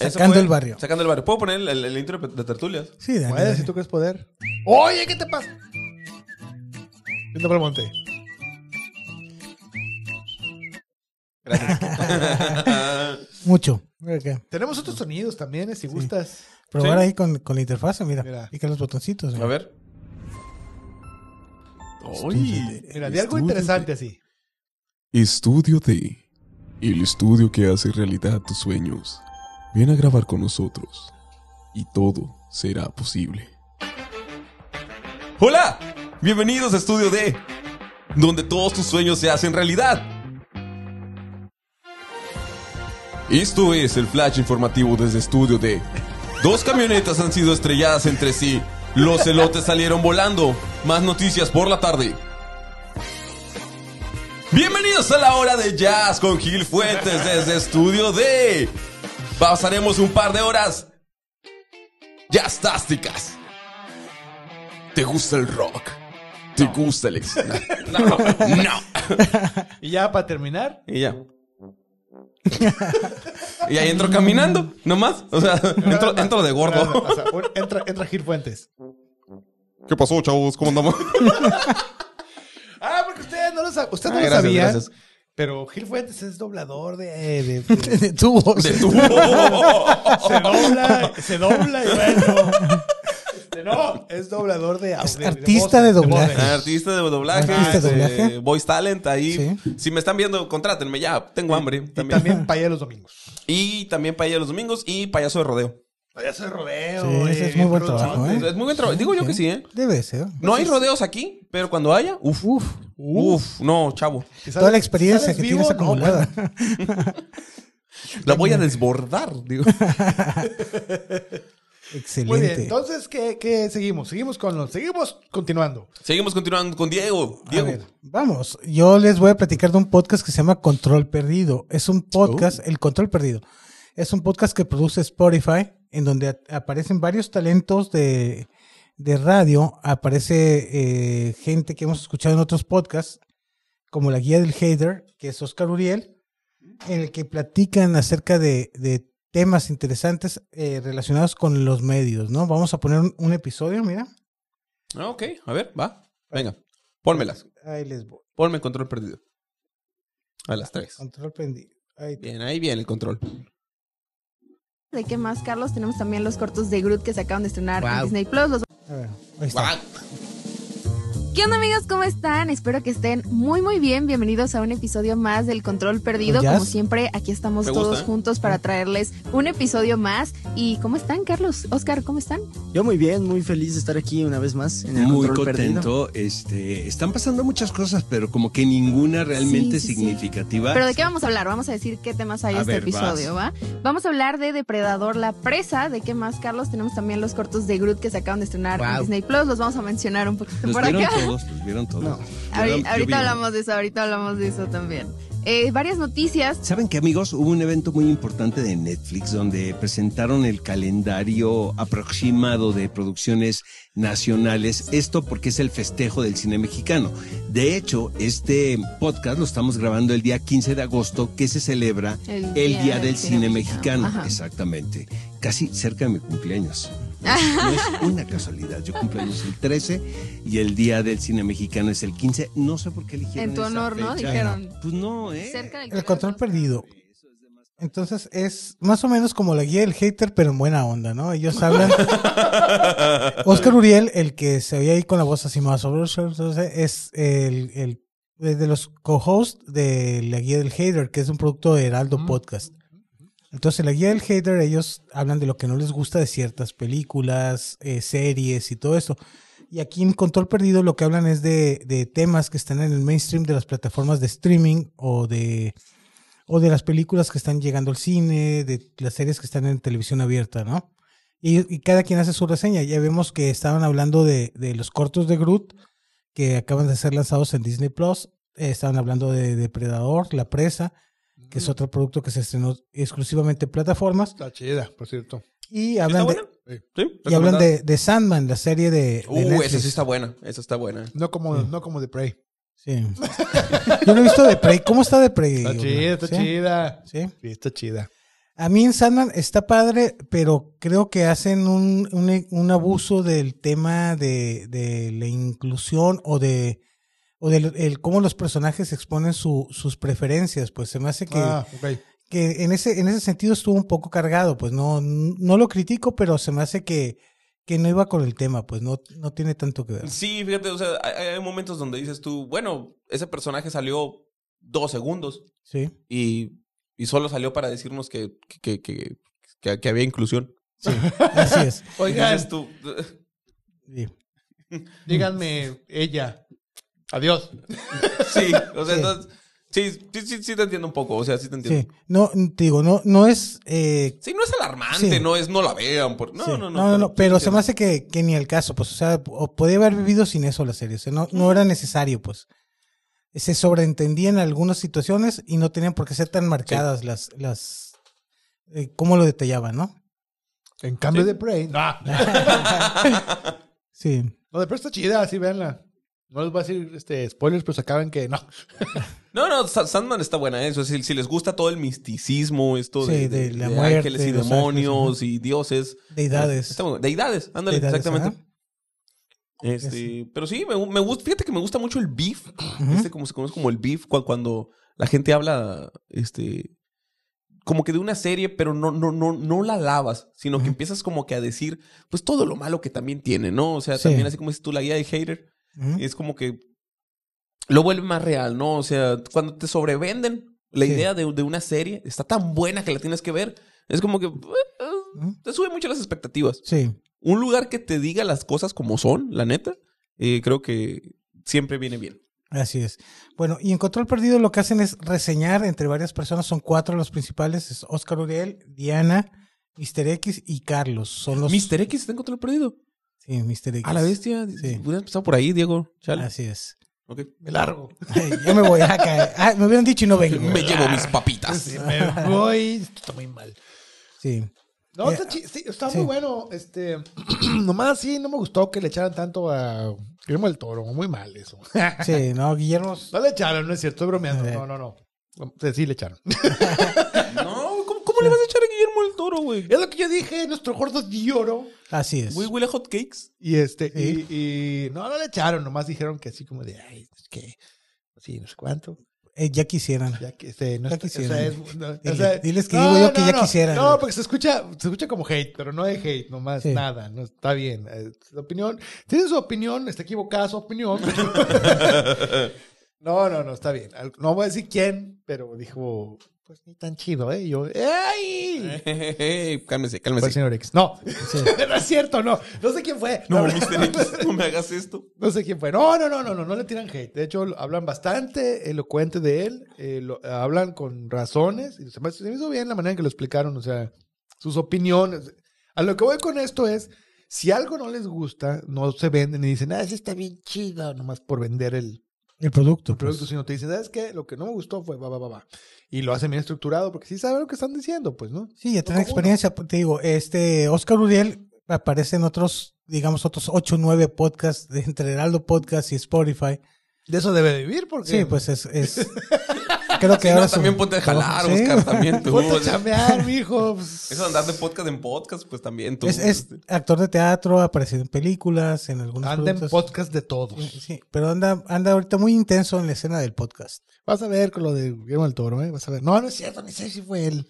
Eso Sacando fue- el barrio. Sacando el barrio. ¿Puedo poner el, el- el intro de tertulias? Sí, dale, Puedes, dale. si tú crees poder. Oye, ¿qué te pasa? Viendo para el monte. Mucho. Mira acá. Tenemos otros sonidos también, eh, si gustas. Probar Sí. ahí con, con la interfase, mira. Mira. Y con los botoncitos. A mira. ver. Oye. Mira, de algo interesante así. Estudio D, el estudio que hace realidad tus sueños. Ven a grabar con nosotros y todo será posible. Hola, bienvenidos a Estudio D, donde todos tus sueños se hacen realidad. Esto es el flash informativo desde Estudio D. Dos camionetas han sido estrelladas entre sí. Los elotes salieron volando. Más noticias por la tarde. Bienvenidos a la hora de jazz con Gil Fuentes desde Estudio D. Pasaremos un par de horas jazzásticas. ¿Te gusta el rock? ¿Te gusta el ex? No, no. Y ya para terminar, Y ya. y ahí entro caminando, nomás. O sea, entro, entro de gordo. o sea, un- entra, entra Gil Fuentes. ¿Qué pasó, chavos? ¿Cómo andamos? Ah, porque ustedes no lo, sa- ustedes no Ah, lo gracias, sabían. gracias. Pero Gil Fuentes es doblador de. de- de- De tu voz. De tubo. se dobla, se dobla y bueno. Este, no, es doblador de. Es de- artista de voces, doblaje. voces. Artista de doblaje. Artista de este, doblaje. voice talent ahí. Sí. Si me están viendo, contrátenme ya. Tengo hambre. Y También. también paya los domingos. Y también paella los domingos y payaso de rodeo. Payaso de rodeo. Sí, ese eh, es muy buen producción. trabajo, ¿eh? Es muy buen trabajo. Digo yo que sí, ¿eh? Debe ser. No hay rodeos aquí, pero cuando haya, uf, Uf. uf, no, chavo. ¿Y sales- Toda la experiencia sales que vivo? tienes No, bueno. acumulada. La voy a desbordar, digo. Muy bien, Excelente. entonces, ¿qué, qué seguimos? Seguimos con los. Seguimos continuando. Seguimos continuando con Diego. A Diego. ver, vamos, yo les voy a platicar de un podcast que se llama Control Perdido. Es un podcast, el Control Perdido. Es un podcast que produce Spotify, en donde a- aparecen varios talentos de, de radio, aparece eh, gente que hemos escuchado en otros podcasts, como la guía del hater, que es Oscar Uriel, en el que platican acerca de, de temas interesantes eh, relacionados con los medios, ¿no? Vamos a poner un- un episodio, mira. Ah, ok, a ver, va. Venga, pónmelas. Ahí les voy. Ponme el control perdido. A las tres. Control perdido. Ahí Bien, ahí viene el control. ¿De qué más, Carlos? Tenemos también los cortos de Groot que se acaban de estrenar en Disney Plus. Los- A ver, ahí está. Ah, ¿Qué onda, amigos? ¿Cómo están? Espero que estén muy, muy bien. Bienvenidos a un episodio más del Control Perdido. Jazz. Como siempre, aquí estamos Me todos gusta, ¿eh? juntos para traerles un episodio más. ¿Y cómo están, Carlos? Oscar, ¿cómo están? Yo muy bien, muy feliz de estar aquí una vez más en el Muy Control Perdido. contento. Este, están pasando muchas cosas, pero como que ninguna realmente Sí, sí, sí. significativa. Pero ¿de qué vamos a hablar? Vamos a decir qué temas hay A este ver, episodio, ¿va? Vamos a hablar de Depredador la Presa. ¿De qué más, Carlos? Tenemos también los cortos de Groot que se acaban de estrenar en Wow. Disney Plus. Los vamos a mencionar un poquito Los por vieron acá. todos, los vieron todos. No. Yo Ahori- la- yo ahorita vi- hablamos de eso, ahorita hablamos de eso también. Eh, varias noticias. ¿Saben qué, amigos? Hubo un evento muy importante de Netflix donde presentaron el calendario aproximado de producciones nacionales. Esto porque es el festejo del cine mexicano. De hecho, este podcast lo estamos grabando el día 15 de agosto, que se celebra El el Día Día, del del, Cine Cine, Mexicano. Mexicano. Ajá. Exactamente. Casi cerca de mi cumpleaños. No es, no es una casualidad. Yo cumpleaños el 13 y el Día del Cine Mexicano es el 15. No sé por qué eligieron En tu esa honor, ¿no? fecha. Dijeron. Pues no, ¿eh? Cerca del El control perdido. Entonces es más o menos como la guía del hater, pero en buena onda, ¿no? Ellos hablan. Oscar Uriel, el que se oía ahí con la voz así más over, entonces es el, el es de los co-hosts de la guía del hater, que es un producto de Heraldo Podcast. Entonces, en la guía del hater, ellos hablan de lo que no les gusta de ciertas películas, eh, series y todo eso. Y aquí en Control Perdido lo que hablan es de, de temas que están en el mainstream de las plataformas de streaming o de, o de las películas que están llegando al cine, de las series que están en televisión abierta, ¿no? Y, y cada quien hace su reseña. Ya vemos que estaban hablando de, de los cortos de Groot que acaban de ser lanzados en Disney Plus. Eh, estaban hablando de Depredador, La Presa, que Mm. es otro producto que se estrenó exclusivamente en plataformas. Está chida, por cierto. Y ¿Está hablan, de, buena? Sí. y hablan recomendada. de, de Sandman, la serie de. de Uh, Netflix. esa sí está buena. Esa está buena. No como, no como de Prey. Sí. Yo no he visto de Prey. ¿Cómo está de Prey? Está chida, está ¿Sí? chida. Sí. Sí, está chida. A mí en Sandman está padre, pero creo que hacen un, un, un abuso del tema de, de la inclusión o de o del el cómo los personajes exponen su- sus preferencias. Pues se me hace que, Ah, ok. que en, ese, en ese sentido estuvo un poco cargado. Pues no, no lo critico, pero se me hace que, que no iba con el tema. Pues no, no tiene tanto que ver. Sí, fíjate, o sea, hay, hay momentos donde dices tú, bueno, ese personaje salió dos segundos Sí. y, y solo salió para decirnos que, que, que, que- que había inclusión. Así es. Oigan, Dices tú, Sí. díganme ella. Adiós. sí, o sea, Sí. entonces, sí, sí, sí, sí te entiendo un poco, o sea, sí te entiendo. Sí. Sí. No, te digo, no, no es eh, no es alarmante, Sí. no es no la vean. Por... No, Sí. no, no, no, no, pero se me más hace que, que ni el caso, pues, o sea, o podía haber vivido sin eso la serie, o sea, no, no era necesario, pues. Se sobreentendían algunas situaciones y no tenían por qué ser tan marcadas las, las, eh, cómo lo detallaban, ¿no? En cambio de Prey. No, Sí. no de Prey está chida, así véanla. No les voy a decir este, spoilers, pero se acaban que no. No, no, Sa- Sandman está buena, eso. Si, si les gusta todo el misticismo, esto de, Sí, de- de la de muerte, ángeles y los demonios ángeles, y dioses. Deidades. Está bueno. Deidades, ándale, Deidades, exactamente. ajá. Este, pero sí, me, gu- me gusta, fíjate que me gusta mucho el beef. Ujú. Este como se conoce como el beef cua- cuando la gente habla, este, como que de una serie, pero no, no, no, no la lavas, sino que empiezas como que a decir, pues todo lo malo que también tiene, ¿no? O sea, Sí. también así como dices tú, la guía de hater, Ujú. es como que lo vuelve más real, ¿no? O sea, cuando te sobrevenden la Sí. idea de, de una serie, está tan buena que la tienes que ver, es como que eh, eh, Ujú. te sube mucho las expectativas Sí. un lugar que te diga las cosas como son, la neta, eh, creo que siempre viene bien. Así es. Bueno, y en Control Perdido lo que hacen es reseñar entre varias personas, son cuatro los principales, es Oscar Uriel, Diana, Mr. X y Carlos. Son los... Mister X está en control perdido. Sí, Mr. X. A la bestia. Sí. Hubiera empezado por ahí, Diego. Chale. Así es. Ok. Me largo. Ay, ya me voy. ah, caray. Ah, me hubieran dicho y no vengo. Me llevo Ah. mis papitas. Sí, me voy. Esto está muy mal. Sí. No, Eh, está, chi- sí, está sí. muy bueno. Este, nomás sí, no me gustó que le echaran tanto a Guillermo del Toro. Muy mal eso. Sí, no, Guillermo. No le echaron, no es cierto, estoy bromeando. Eh. No, no, no. Sí, sí le echaron. No, ¿cómo, cómo le vas a echar a Guillermo del Toro, güey? Es lo que yo dije, nuestro gordo lloro. Así es. Güey, huele a hot cakes. Y este, y, y- no, no le echaron, nomás dijeron que así como de, ay, es que, sí, no sé cuánto. Eh, ya quisieran. Ya que este, no Ya está- o sea, quisieran. es- no, o Diles- sea, diles que digo yo que ya quisieran, No, güey. porque se escucha, se escucha como hate, pero no hay hate, nomás Sí. nada, no está bien. Eh, su opinión, tiene su opinión, está equivocada su opinión. no, no, no, está bien. Al- No voy a decir quién, pero dijo, pues ni tan chido, eh. Y yo, ¡ay! Ey, cálmese, Fue el Pues, cálmese. señor X. No, Sí. no es cierto, no. No sé quién fue. No, La verdad. Mister X, no me hagas esto. No sé quién fue. No, no, no, no, no, no le tiran hate. De hecho, lo- hablan bastante elocuente de él, eh, lo- hablan con razones. Y se me, se me hizo bien la manera en que lo explicaron, o sea, sus opiniones. A lo que voy con esto es, si algo no les gusta, no se venden y dicen, ah, ese está bien chido, nomás por vender el El producto. pues. producto, sino te dicen, ¿sabes qué? Lo que no me gustó fue, va, va, va, va. Y lo hacen bien estructurado porque sí saben lo que están diciendo, pues, ¿no? Sí, ya uno. tienen experiencia. Te digo, este Oscar Uriel aparece en otros, digamos, otros 8 o 9 podcasts de entre Heraldo Podcast y Spotify. De eso debe vivir porque... Sí, pues es. es- creo que Si no, ahora. también ponte a jalar, Oscar, también tú. Ponte a chambear, mijo. pues. Eso de andar de podcast en podcast, pues también tú. Es, es actor de teatro, ha aparecido en películas, en algunos este. Anda en productos. podcast de todos. Sí, sí, pero anda, anda ahorita muy intenso en la escena del podcast. Vas a ver con lo de Guillermo del Toro, ¿eh? Vas a ver. No, no es cierto, ni sé si fue él.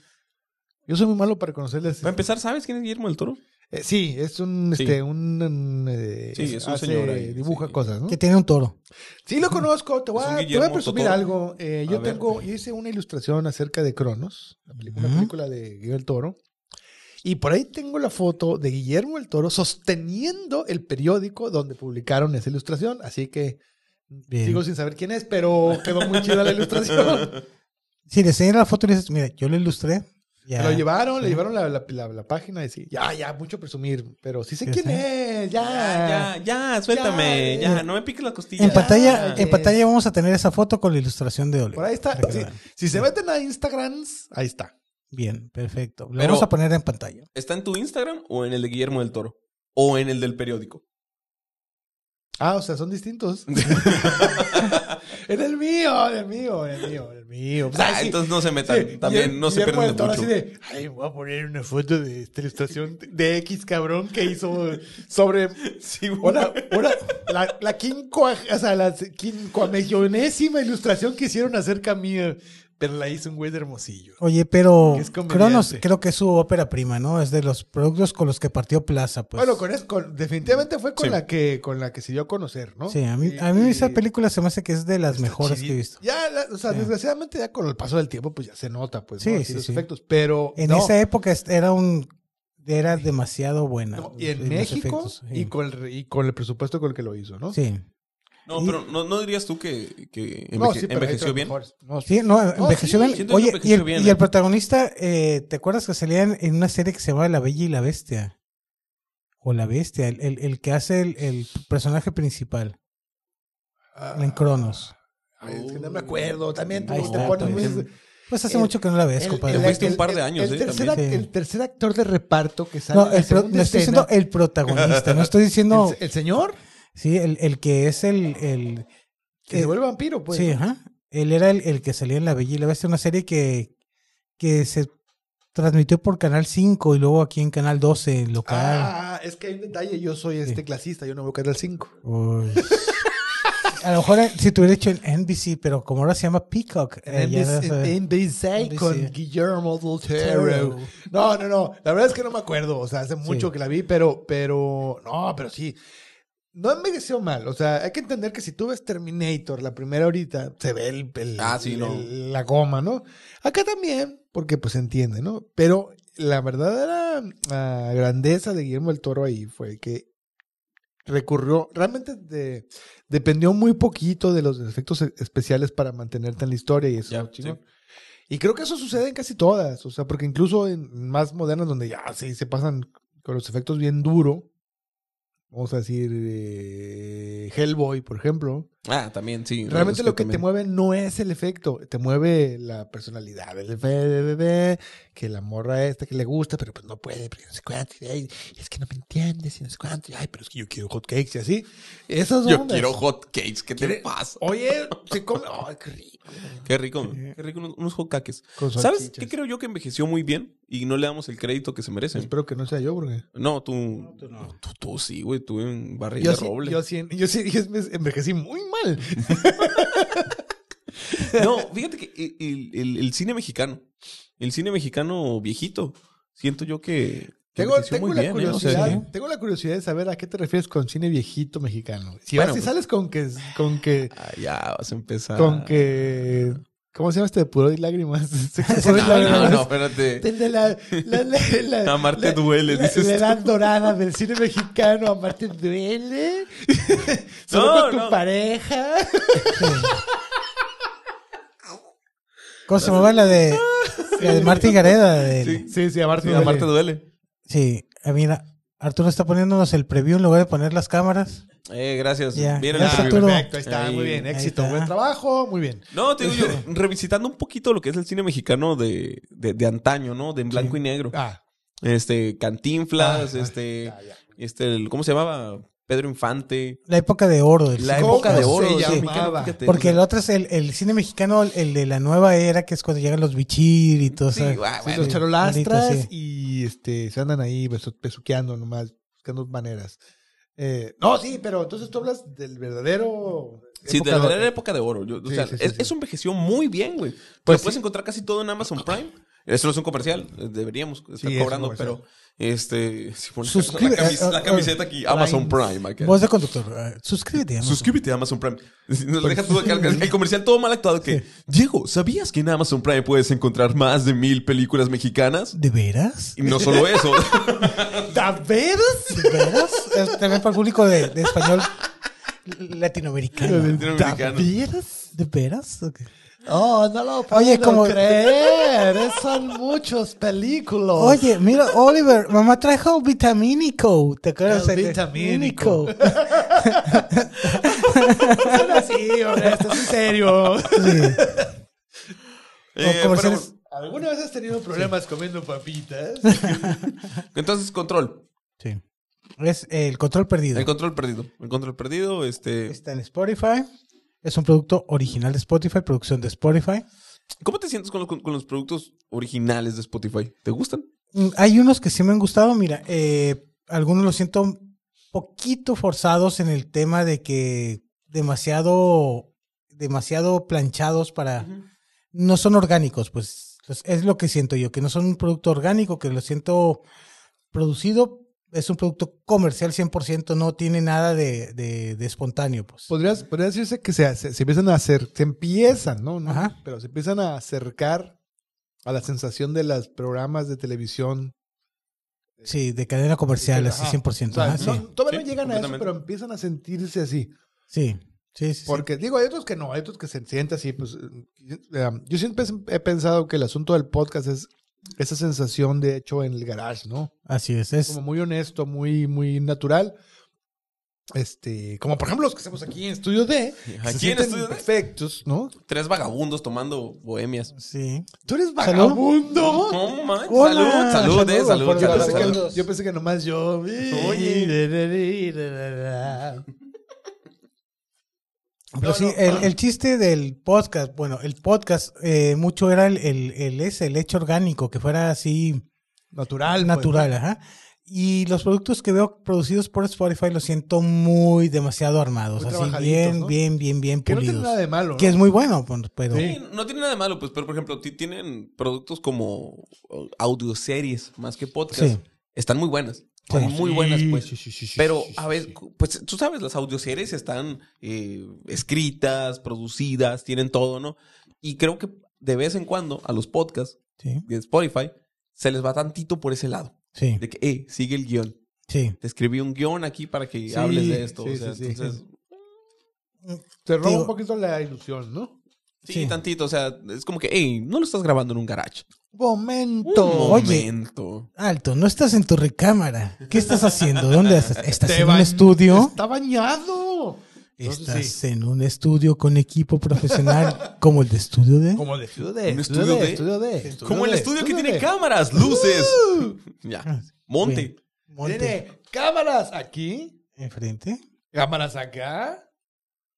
Yo soy muy malo para conocerles. Para empezar, ¿sabes quién es Guillermo del Toro? Eh, sí, es un, Sí. este, un... un, eh, Sí, es un hace- señor ahí, Dibuja sí. cosas, ¿no? Que tiene un toro. Sí, lo conozco. Te voy, Es un a, te voy a Guillermo presumir Totoro. algo. Eh, yo A ver. tengo... Yo hice una ilustración acerca de Cronos, la película, Ujú. una película de Guillermo del Toro. Y por ahí tengo la foto de Guillermo del Toro sosteniendo el periódico donde publicaron esa ilustración. Así que Bien. sigo sin saber quién es, pero quedó muy chida la ilustración. Si le enseñas la foto y le dices, mira, yo lo ilustré. Ya. Me lo llevaron, le Sí. llevaron la, la- la- la página y sí, ya, ya, mucho presumir, pero sí sé Sí, quién sí. es, ya. Ya, ya, suéltame. Ya, Ya, eh. no me piques la costilla. En Ya, pantalla, en ya. pantalla vamos a tener esa foto con la ilustración de Ole. Por ahí está. Para que Sí, vean. si se meten a Instagram, ahí está. Bien, perfecto. Lo Pero- vamos a poner en pantalla. ¿Está en tu Instagram o en el de Guillermo del Toro? ¿O en el del periódico? Ah, o sea, son distintos. en el mío, en el mío, en el mío, en el mío. Pues, Ah, ay, sí, entonces no se metan. sí, También Guillermo- no se Guillermo del pierden de Toro mucho. así de, ay, voy a poner una foto de esta ilustración de X cabrón que hizo sobre Sí, güey. Una, una, la, la quincua- o sea, la quincuamillonésima ilustración que hicieron acerca mía, pero la hizo un güey de Hermosillo. Oye, pero Que es comediante. Cronos creo que es su ópera prima, ¿no? Es de los productos con los que partió Plaza, pues. bueno, con eso, con- definitivamente fue con Sí. la que con la que se dio a conocer, ¿no? Sí, a mí, Y- a mí y- esa película se me hace que es de las está mejores chidi- que he visto. Ya, la- o sea, Sí. desgraciadamente ya con el paso del tiempo pues ya se nota, pues, Sí, ¿no? Así sí, los sí. efectos, pero En no, esa época es- era un era demasiado buena. no, y en los México efectos, sí. y con el, y con el presupuesto con el que lo hizo, ¿no? Sí. No, pero ¿no, no dirías tú que, que No, sí, enveje- pero hay envejeció otros bien? mejores. No, Sí, no, envejeció sí, bien. siento que Oye, y envejeció el, bien, y el ¿eh? protagonista, eh, ¿te acuerdas que salían en una serie que se llamaba La Bella y la Bestia? O La Bestia, el, el- el que hace el, el personaje principal Ah, en Cronos. ay, es que no me acuerdo, también tú Ahí te está, pones también. muy- Pues hace el- mucho que no la ves, compadre. el- Fuiste un par de años, el ¿eh? tercer, También. ac- Sí. el tercer actor de reparto que sale no, en la el pro- segunda no estoy escena, diciendo el protagonista, no estoy diciendo... el, el señor Sí, el, el que es el... el que eh, se vuelve vampiro, pues. sí, ajá. Él era el, el que salía en La Bella y la Bestia, una serie que, que se transmitió por Canal 5 y luego aquí en Canal 12, en local. Ah, es que hay un detalle, yo soy Sí. este clasista, yo no veo Canal 5. Uy. Pues, A lo mejor eh, si te hubiera dicho en NBC, pero como ahora se llama Peacock. eh, ya no sé. En NBC con NBC. Guillermo del Toro. Toro. No, no, no. La verdad es que no me acuerdo. O sea, hace mucho que la vi, pero, pero, no, pero sí. No envejeció mal. O sea, hay que entender que si tú ves Terminator, la primera ahorita, se ve el, el- Ah, sí, no. el- la goma, ¿no? Acá también, porque pues se entiende, ¿no? Pero la verdadera ah, grandeza de Guillermo del Toro ahí fue que recurrió, realmente de- dependió muy poquito de los efectos e- especiales para mantenerte en la historia y eso, Ya, chingón. Y creo que eso sucede en casi todas, o sea, porque incluso en más modernas donde ya sí se pasan con los efectos bien duro, vamos a decir eh, Hellboy, por ejemplo, Ah, también, sí. Realmente es lo que te también- mueve no es el efecto, te mueve la personalidad del bebé, que la morra esta que le gusta, pero pues no puede, porque no sé cuánto, y ay, es que no me entiendes, y no sé cuánto, y ay, pero es que yo quiero hot cakes y así. Esas Yo ondas. quiero hot cakes, ¿qué te ¿Quiere- pasa? Oye, se come, ay, qué rico. Qué rico, qué rico unos, unos hot cakes. Con ¿Sabes salchichas. qué creo yo que envejeció muy bien y no le damos el crédito que se merece? Espero que no sea yo, porque No, tú. No, tú, tú sí, güey, tú en barril yo de sí, roble. yo sí, yo sí, yo me envejecí muy mal. No, fíjate que el, el- el cine mexicano, el cine mexicano viejito, siento yo que. que Tengo, envejeció tengo muy la bien, ¿eh? O sea, curiosidad, sí. tengo la curiosidad de saber a qué te refieres con cine viejito mexicano. Si, Bueno, vas y pues- sales con que, con que Ah, ya vas a empezar. Con que. ¿Cómo se llama este de puro y lágrimas? Se No, pudor y no, lágrimas. no, espérate. El de la, la, la, la- Amar te la- duele, la- dices La tú. edad dorada del cine mexicano, amarte duele. Solo No, con tu no. pareja. ¿Cómo se llamaba la de, la de Marta y Gareda? del- Sí, Sí, sí, amarte sí, duele. amarte duele. Sí, eh, mira, Arturo está poniéndonos el preview en lugar de poner las cámaras. Eh, gracias. Ya, Bien, gracias, el- Arturo. Perfecto, ahí está, Ahí, muy bien. ahí Éxito, está. buen trabajo, muy bien. No, te digo yo, revisitando un poquito lo que es el cine mexicano de, de, de antaño, ¿no? De en blanco y negro. Ah, Este, Cantinflas, Ah, este, ya, ya. este, el- ¿cómo se llamaba? Pedro Infante. La época de oro. del La cine época de mexicano. oro. se o sea, llamaba? mexicano, fíjate, Porque o el sea, otro es el, el cine mexicano, el de la nueva era, que es cuando llegan los bichir y todo Sí, eso. ah, sí, bueno, los charolastras Ahorita, sí. y este, se andan ahí beso- besuqueando nomás, buscando maneras. Eh, no, sí, pero entonces tú hablas del verdadero. Sí, de época la dorada. verdadera época de oro. Yo- o Sí, sea, sí, sí, es, sí. eso envejeció muy bien, güey. Pues Pues puedes encontrar casi todo en Amazon Prime. Eso no es un comercial. eh, Deberíamos estar es un cobrando, comercial. pero este. si pones Suscribe- la, camis- eh, eh, la camiseta aquí, Amazon Prime. acá. Voz de conductor. eh, Suscríbete. Amazon. Suscríbete a Amazon Prime. Nos dejas todo acá, el, el comercial todo mal actuado que. Diego, ¿sabías que en Amazon Prime puedes encontrar más de mil películas mexicanas? ¿De veras? Y no solo eso. Eh, ¿Taveras? ¿De veras? Es También para el público de, de español latinoamericano. Latinoamericano. ¿Taveras? ¿De veras? Ok. Oh, no lo puedo Oye, como- creer. Son muchos películas. Oye, mira, Oliver, mamá trajo vitamínico. ¿Te acuerdas? El de- vitamínico. Vitamínico. sí, honesto, es en serio. Eh, comerciales. pero- ¿Alguna vez has tenido problemas comiendo papitas? entonces, control. Sí. Es el control perdido. El control perdido. El control perdido, este. Está en Spotify. Es un producto original de Spotify, producción de Spotify. ¿Cómo te sientes con los, con los productos originales de Spotify? ¿Te gustan? Mm, Hay unos que sí me han gustado. Mira, eh, algunos los siento un poquito forzados en el tema de que demasiado, demasiado planchados para... No son orgánicos, pues pues, es lo que siento yo, que no son un producto orgánico, que lo siento producido. Es un producto comercial 100%, no tiene nada de, de- de espontáneo, pues. Podrías, podría decirse que se, se, se empiezan a hacer, se empiezan, ¿no? ¿no? Ajá. Pero se empiezan a acercar a la sensación de los programas de televisión. Sí, de cadena comercial, así Ajá. 100%. O sea, ajá, no- sí, todavía Sí, no llegan a eso, completamente. pero empiezan a sentirse así. sí, sí, sí, sí. Porque digo, hay otros que no, hay otros que se sienten así. Pues, eh, um, yo siempre he pensado que el asunto del podcast es esa sensación de hecho en el garage, ¿no? Así es, es Como muy honesto, muy, muy natural. Este, como por ejemplo los que hacemos aquí en Estudio D, que se Aquí en sienten Estudio D. perfectos, ¿no? Tres vagabundos tomando bohemias. Sí. Tú eres Salud. vagabundo. No, man. Hola. Salud, salud, eh, Saludos, salud. por Yo ya, pensé, salud. que, yo pensé que nomás yo. Pero sí, el, el chiste del podcast, bueno, el podcast eh, mucho era el, el, el, ese, el hecho orgánico, que fuera así Natural. pues. natural, ajá. Y los productos que veo producidos por Spotify los siento muy demasiado armados. Muy así trabajaditos, bien, ¿no? bien, bien, bien Que no pulidos. tiene nada de malo. ¿no? Que es muy bueno, pon- pero... Sí. No tiene nada de malo, pues, pero por ejemplo, ti- tienen productos como eh, audioseries más que podcast. Sí. Están muy buenas. Sí. Están muy buenas, pues. Sí, sí, sí, sí, Pero sí, sí, a veces, sí. pues tú sabes, las audioseries están eh, escritas, producidas, tienen todo, ¿no? Y creo que de vez en cuando a los podcasts Sí, de Spotify se les va tantito por ese lado. sí, De que, eh, sigue el guión. sí. Te escribí un guión aquí para que Sí, hables de esto. sí, o sea, sí, sí. entonces, Te roba Digo- un poquito la ilusión, ¿no? sí, Sí. tantito. O sea, es como que, hey, no lo estás grabando en un garage. Un Momento. Oye. momento. Alto, no estás en tu recámara. ¿Qué estás haciendo? ¿Dónde estás? ¿Estás en un bañ- estudio? Está bañado. Entonces, Estás sí. en un estudio con equipo profesional como el de estudio de... Como el estudio de. ¿Un estudio estudio de, de? estudio de, estudio Como el de, estudio que estudio tiene de. cámaras, luces. ya. Uh. Bien. Monte. Monte. Tiene cámaras aquí, Enfrente. cámaras acá,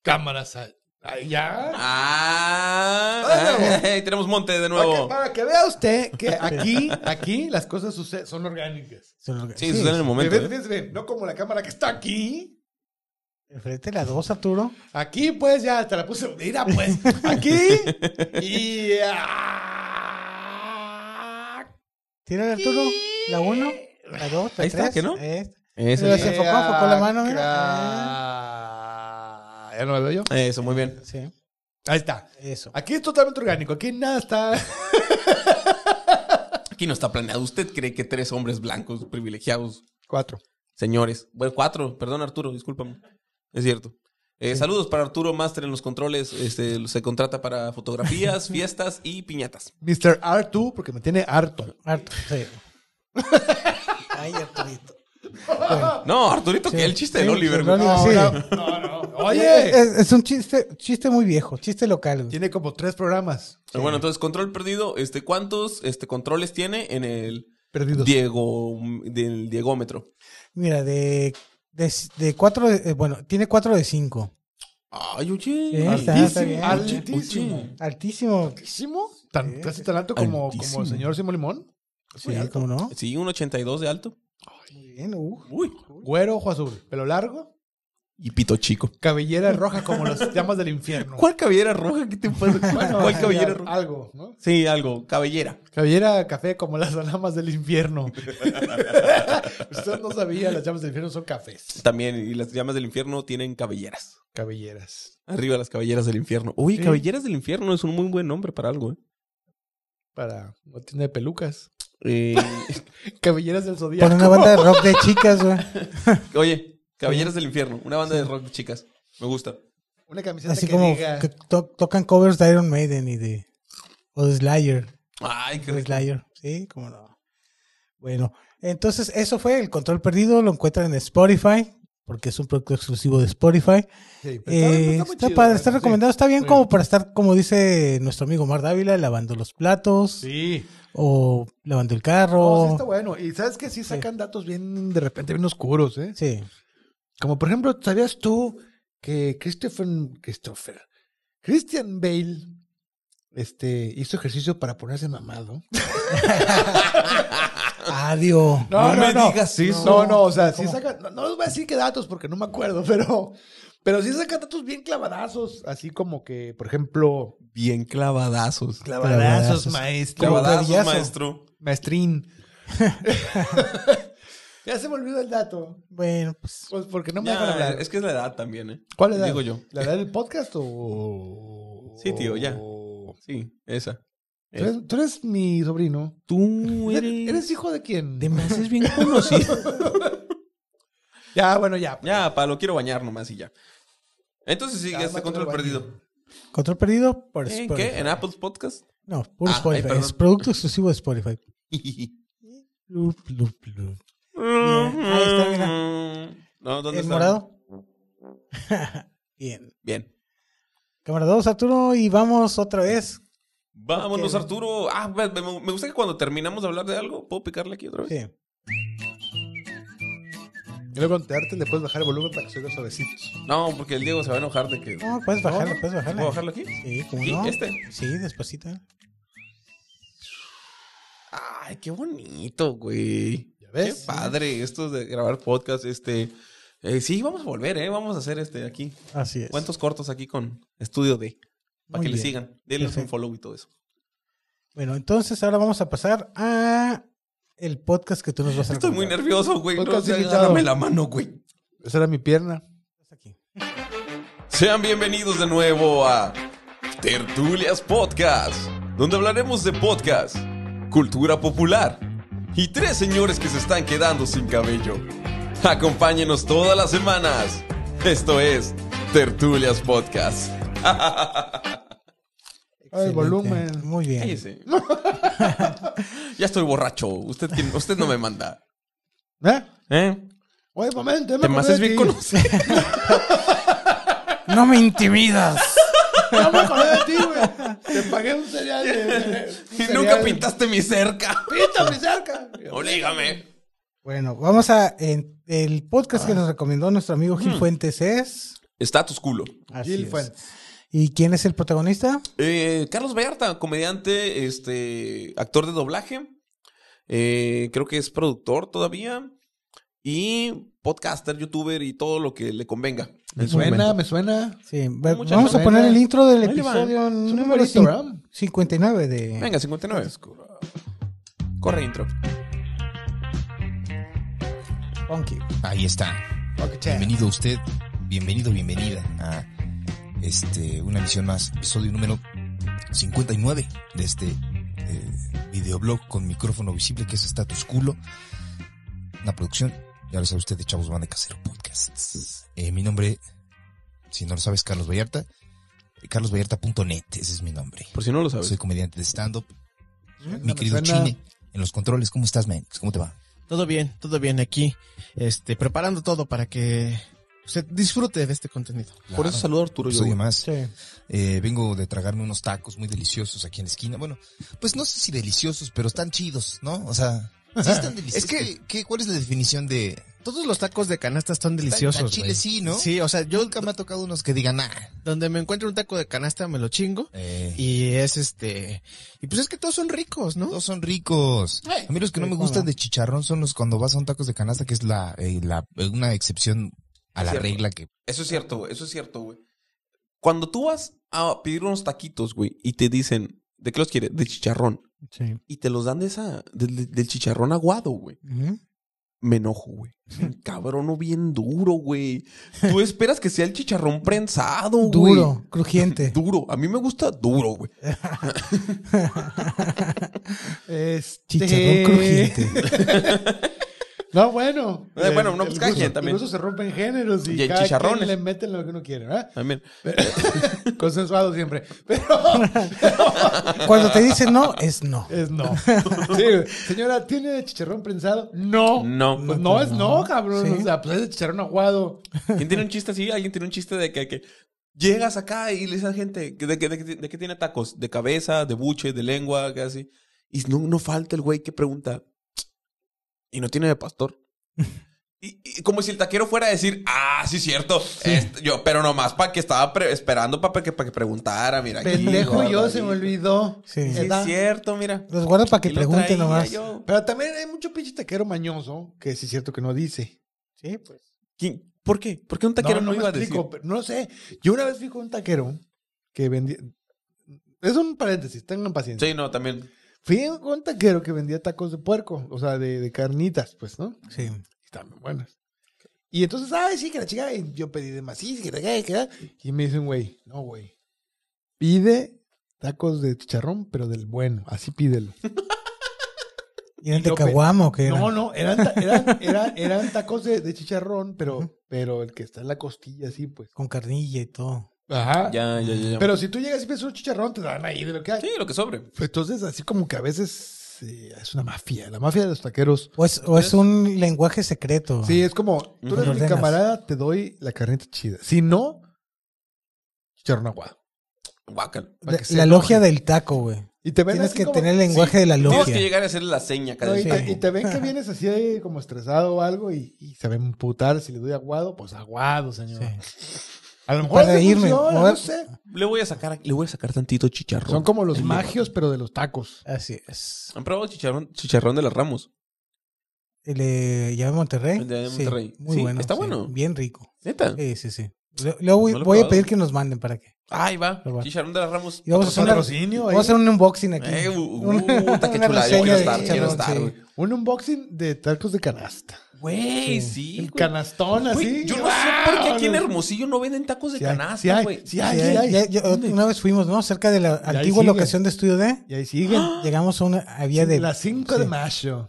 cámaras a- allá. Ah, Ah, de ah, tenemos monte de Para que- nuevo. para que vea usted que aquí, aquí las cosas suceden, son orgánicas. Son- Sí, sucede en el momento. Fíjense, ¿eh? fíjense bien, no como la cámara que está aquí. Enfrente la dos, Arturo. Aquí, pues, ya te la puse. Mira, pues, aquí y ah, Tira Arturo. La uno, la dos, la Ahí está, tres. ¿que no? Ahí está. Eso, Pero se enfocó, ah, enfocó la mano, mira. Ya no la veo yo. eso, muy bien. Sí, Ahí está. eso. Aquí es totalmente orgánico. Aquí nada está. Aquí no está planeado. ¿Usted cree que tres hombres blancos privilegiados, Cuatro. señores? Bueno, cuatro. Perdón, Arturo, discúlpame. Es cierto. Eh, Saludos para Arturo Master en los controles. Este, se contrata para fotografías, fiestas y piñatas. Mr. Artu, porque me tiene harto. Artu- sí. Ay, Arturito. No, Arturito, Sí. que el chiste Sí, de Oliver. sí, güey. Oliver, sí. No, no. Es, Oye, es un chiste, chiste muy viejo, chiste local. güey. Pues, tiene como tres programas Pero Bueno, entonces, control perdido. Este, ¿Cuántos este, controles tiene en el perdidos. Diego, del Diegómetro? Mira, de, de, de cuatro, de- eh, bueno, tiene cuatro de cinco. Ay, Sí, oye. Eh, está- está bien. Altísimo. Altísimo. Altísimo. Tan, Sí. casi tan alto como, como Altísimo. el señor Simón Limón. Sí, ¿cómo no? Sí, un 82 de alto. Muy bien, uh. Uy. Güero, ojo azul. Pelo largo. Y pito chico. Cabellera roja como las llamas del infierno. ¿Cuál cabellera roja? ¿Qué te pasa? ¿Cuál, Bueno, cuál cabellera algo, roja? Algo, ¿no? Sí, algo. Cabellera. Cabellera café como las llamas del infierno. Usted no sabía, las llamas del infierno son cafés. También. Y las llamas del infierno tienen cabelleras. Cabelleras. Arriba las cabelleras del infierno. Uy, Sí. cabelleras del infierno es un muy buen nombre para algo, ¿eh? Para. No tiene pelucas. Eh, Cabelleras del zodiaco. Pon una banda de rock de chicas, güey. oye, cabelleras del infierno. Una banda de rock de chicas. Me gusta. Una camiseta Así que como diga. que to- tocan covers de Iron Maiden y de. O de Slayer. Ay, qué de rico. Slayer. Sí, cómo no. Bueno, entonces eso fue el control perdido. Lo encuentran en Spotify, porque es un producto exclusivo de Spotify. Sí, pero Eh, muy está, chido, padre, ¿eh? está Sí. recomendado. Está bien Sí. como para estar, como dice nuestro amigo Mar Dávila, lavando los platos Sí. o lavando el carro. No, sí está bueno. Y sabes que sí sacan datos bien, de repente, bien oscuros, ¿eh? Sí, Como por ejemplo, ¿sabías tú que Christopher, Christopher, Christian Bale, este, hizo ejercicio para ponerse mamado? Ah, adiós. No, no, me no. digas eso. No, no, o sea, sí ¿Cómo? sacan, no, no les voy a decir qué datos porque no me acuerdo, pero, pero sí sacan datos bien clavadazos, así como que, por ejemplo, Bien clavadazos. Clavadazos. maestro. Clavadazos, clavallazo. maestro. Maestrín. ya se me olvidó el dato, Bueno, pues pues porque no me Ya, dejan hablar. es que es la edad también, ¿eh? ¿Cuál edad? Digo yo. ¿La edad del podcast o...? Sí, tío, ya. Sí, esa. Tú eres, tú eres mi sobrino. Tú ¿Eres, hijo de quién? De más es bien conocido. Ya, bueno, ya. ya, palo, quiero bañar nomás y ya. Entonces sí, Ya, ya está mándalo al control baño. perdido. control perdido por ¿En Spotify. qué? ¿En Apple Podcast? No, puro Ah, ay, Spotify. perdón. es producto exclusivo de Spotify. Lup, lup, lup. ahí está, No, ¿dónde ¿El está? morado? bien. Bien. Cámara 2, Arturo, y vamos otra vez. Vámonos, Ok. Arturo. Ah, me, me- me gusta que cuando terminamos de hablar de algo, ¿puedo picarle aquí otra vez? Sí. Y luego cuando te hartes, le puedes bajar el volumen para que se oiga suavecito. No, porque el Diego se va a enojar de que... No, puedes bajarla, puedes bajarla. ¿Puedo bajarlo aquí? Sí, ¿cómo ¿Aquí? no? ¿Este? Sí, despacito. Ay, qué bonito, güey. Ya Qué ¿Ves? padre esto de grabar podcast. Este, eh, sí, vamos a volver, ¿eh? Vamos a hacer este aquí. Así es. ¿Cuántos cortos aquí con Estudio D? Para Muy que le bien. sigan. Denles un Perfecto. follow y todo eso. Bueno, entonces ahora vamos a pasar a el podcast que tú nos vas a Estoy muy recomendar. nervioso, güey. No, Podcast sé, invitado. agárrame la mano, güey. Esa era mi pierna. Sean bienvenidos de nuevo a Tertulias Podcast, donde hablaremos de podcast, cultura popular y tres señores que se están quedando sin cabello. Acompáñenos todas las semanas. Esto es Tertulias Podcast. Ay, Excelente. volumen. Muy bien. Cállese. ya estoy borracho. Usted, quién- usted no me manda. ¿Eh? ¿Eh? Oye, pues, momento, ya me Te me acordé haces de bien ti. conocido. No me intimidas. Ya me acordé de ti, güey. Te pagué un cereal de- de. un Y cereal. nunca pintaste mi cerca. Pinta mi cerca. Oblígame. Bueno, vamos a en- el podcast que nos recomendó nuestro amigo Gil Fuentes es Status culo. así Gil es. Fuentes. ¿Y quién es el protagonista? Eh, Carlos Vallarta, comediante, este, actor de doblaje. Eh, creo que es productor todavía. Y podcaster, youtuber y todo lo que le convenga. Me en su suena, momento. me suena. Sí, va- Muchas vamos a gracias. poner el intro del Ahí le va. episodio un número numerito, cin- ¿verdad? 59 de Pues Venga, 59. Corre intro. Funky. Ahí está. Ok, chao. Bienvenido usted, bienvenido, bienvenida a este una emisión más, episodio número 59 de este eh, videoblog con micrófono visible que es Status Culo, una producción, ya lo sabe usted, de Chavos Banda Casero Podcasts. Eh, mi nombre, si no lo sabes, Carlos Vallarta, eh, carlosvallarta.net, ese es mi nombre. Por si no lo sabes. Soy comediante de stand-up. Mi me querido suena. Chine, en los controles, ¿cómo estás, man? ¿Cómo te va? Todo bien, todo bien aquí. Este, preparando todo para que usted disfrute de este contenido. Por eso saludo a Arturo. yo, Episodio güey. Pues más. Sí. Eh, vengo de tragarme unos tacos muy deliciosos aquí en la esquina. Bueno, pues no sé si deliciosos, pero están chidos, ¿no? O sea, sí están deliciosos. Es que- ¿Qué- qué- ¿Cuál es la definición de Todos los tacos de canasta están deliciosos. Al chile güey. sí, ¿no? Sí, o sea, yo Nunca me ha tocado unos que digan, ah, donde me encuentro un taco de canasta me lo chingo eh, y es este y pues es que todos son ricos, ¿no? Eh, todos son ricos. A mí los que no me gustan ¿cómo? de chicharrón son los cuando vas a un tacos de canasta, que es la, eh, la eh, una excepción a la Cierto. regla que... Eso es cierto, güey, eso es cierto, güey. Cuando tú vas a pedir unos taquitos, güey, y te dicen, ¿de qué los quieres? De chicharrón. Sí. Y te los dan de esa, de- de- del chicharrón aguado, güey. Ujú. Me enojo, güey. Cabrón, bien duro, güey. Tú esperas que sea el chicharrón prensado, güey. Duro, crujiente. Duro. A mí me gusta duro, güey. Este... Chicharrón crujiente. No, bueno. Eh, bueno, no, pues El cada gusto- quien también. El gusto se rompen géneros y, Y hay cada chicharrones. quien le meten lo que uno quiere, ¿verdad? También. Consensuado siempre. Pero Cuando te dicen no, es no. es no. Sí, güey. señora, ¿tiene chicharrón prensado? No. No. Pues no es no, No. cabrón. Sí. O sea, pues es chicharrón aguado. ¿Quién tiene un chiste así? ¿Alguien tiene un chiste de que, que llegas acá y le dices a la gente, ¿de, qué- de, qué- de qué tiene tacos? ¿De cabeza, de buche, de lengua, casi? Y no, no falta el güey que pregunta, ¿y no tiene de pastor? Y, y como si el taquero fuera a decir, ah, sí, cierto. este, yo, pero nomás para que estaba pre- esperando para que, pa' que preguntara, mira. aquí, Pendejo gordo, yo ahí". se me olvidó. Sí. Sí, ¿Verdad? es cierto, mira. Los guardo para que Y lo pregunten traía nomás. yo. Pero también hay mucho pinche taquero mañoso que sí es cierto que no dice. Sí, pues. ¿Quién- ¿Por qué? ¿Por qué un taquero no, me iba a decir? explico, pero no sé. Yo una vez fui con un taquero que vendía. Es un paréntesis, tengan paciencia. Sí, no, también. Fui con un taquero que vendía tacos de puerco, o sea, de, de carnitas, pues, ¿no? Sí. Están muy buenas. Y entonces, ay, sí, que la chica, y yo pedí de maciz, que la que que la- Y me dicen, güey, no, güey. Pide tacos de chicharrón, pero del bueno, así pídelo. ¿Y eran Y yo de pe- Caguamo o qué era? No, no, eran, ta- eran, eran, eran tacos de, de chicharrón, pero, pero el que está en la costilla, así, pues. Con carnilla y todo. Ajá. Ya, ya, ya. ya. Pero si tú llegas y pides un chicharrón, te dan ahí de lo que hay. sí, lo que sobre. Pues entonces, así como que a veces eh, es una mafia, la mafia de los taqueros. O es, o es un lenguaje secreto. Sí, es como, tú eres Lo mi ordenas. camarada, te doy la carnita chida. Si no, chicharrón aguado. Guácala. para La, que se la enoje. logia del taco, güey. Y te ven Tienes así que como- tener el lenguaje Sí, de la Tienes que logia. llegar a hacer la seña cada No, y, vez. te, y te ven que vienes así eh, como estresado o algo y, y se ven putar si le doy aguado, pues aguado, señor. Sí. A lo mejor Para así irme, funciona, mover- no sé. Le voy a sacar, le voy a sacar tantito chicharrón. Son como los magios, pero de los tacos. Así es. ¿Han probado chicharrón, chicharrón de las Ramos? El de Llave Monterrey. El de Llave Sí, Monterrey. muy Sí, bueno. está sí, bueno. Bien rico. ¿Neta? Sí, sí, sí. Le- Luego voy, No lo he voy a probado. pedir que nos manden para que. Ahí va. Lo va. Chicharrón de las Ramos. Y vamos a hacer, una- Patrocinio ahí. vamos a hacer un unboxing aquí. Eh, uh, uh, Una- puta, qué una chulada, yo reseña quiero de estar, quiero chicharrón, estar, sí. güey. Un unboxing de tacos de canasta. Güey, sí. El güey. canastón así. Güey, Yo no sé por qué aquí en Hermosillo no venden tacos de Sí hay, sí canasta, hay, güey. sí hay, Sí, sí hay. ya- ya- una vez fuimos, ¿no? Cerca de la ahí antigua sigue. locación de estudio D. Y ahí siguen. ¡Ah! Llegamos a una. Había de. Las 5 de mayo.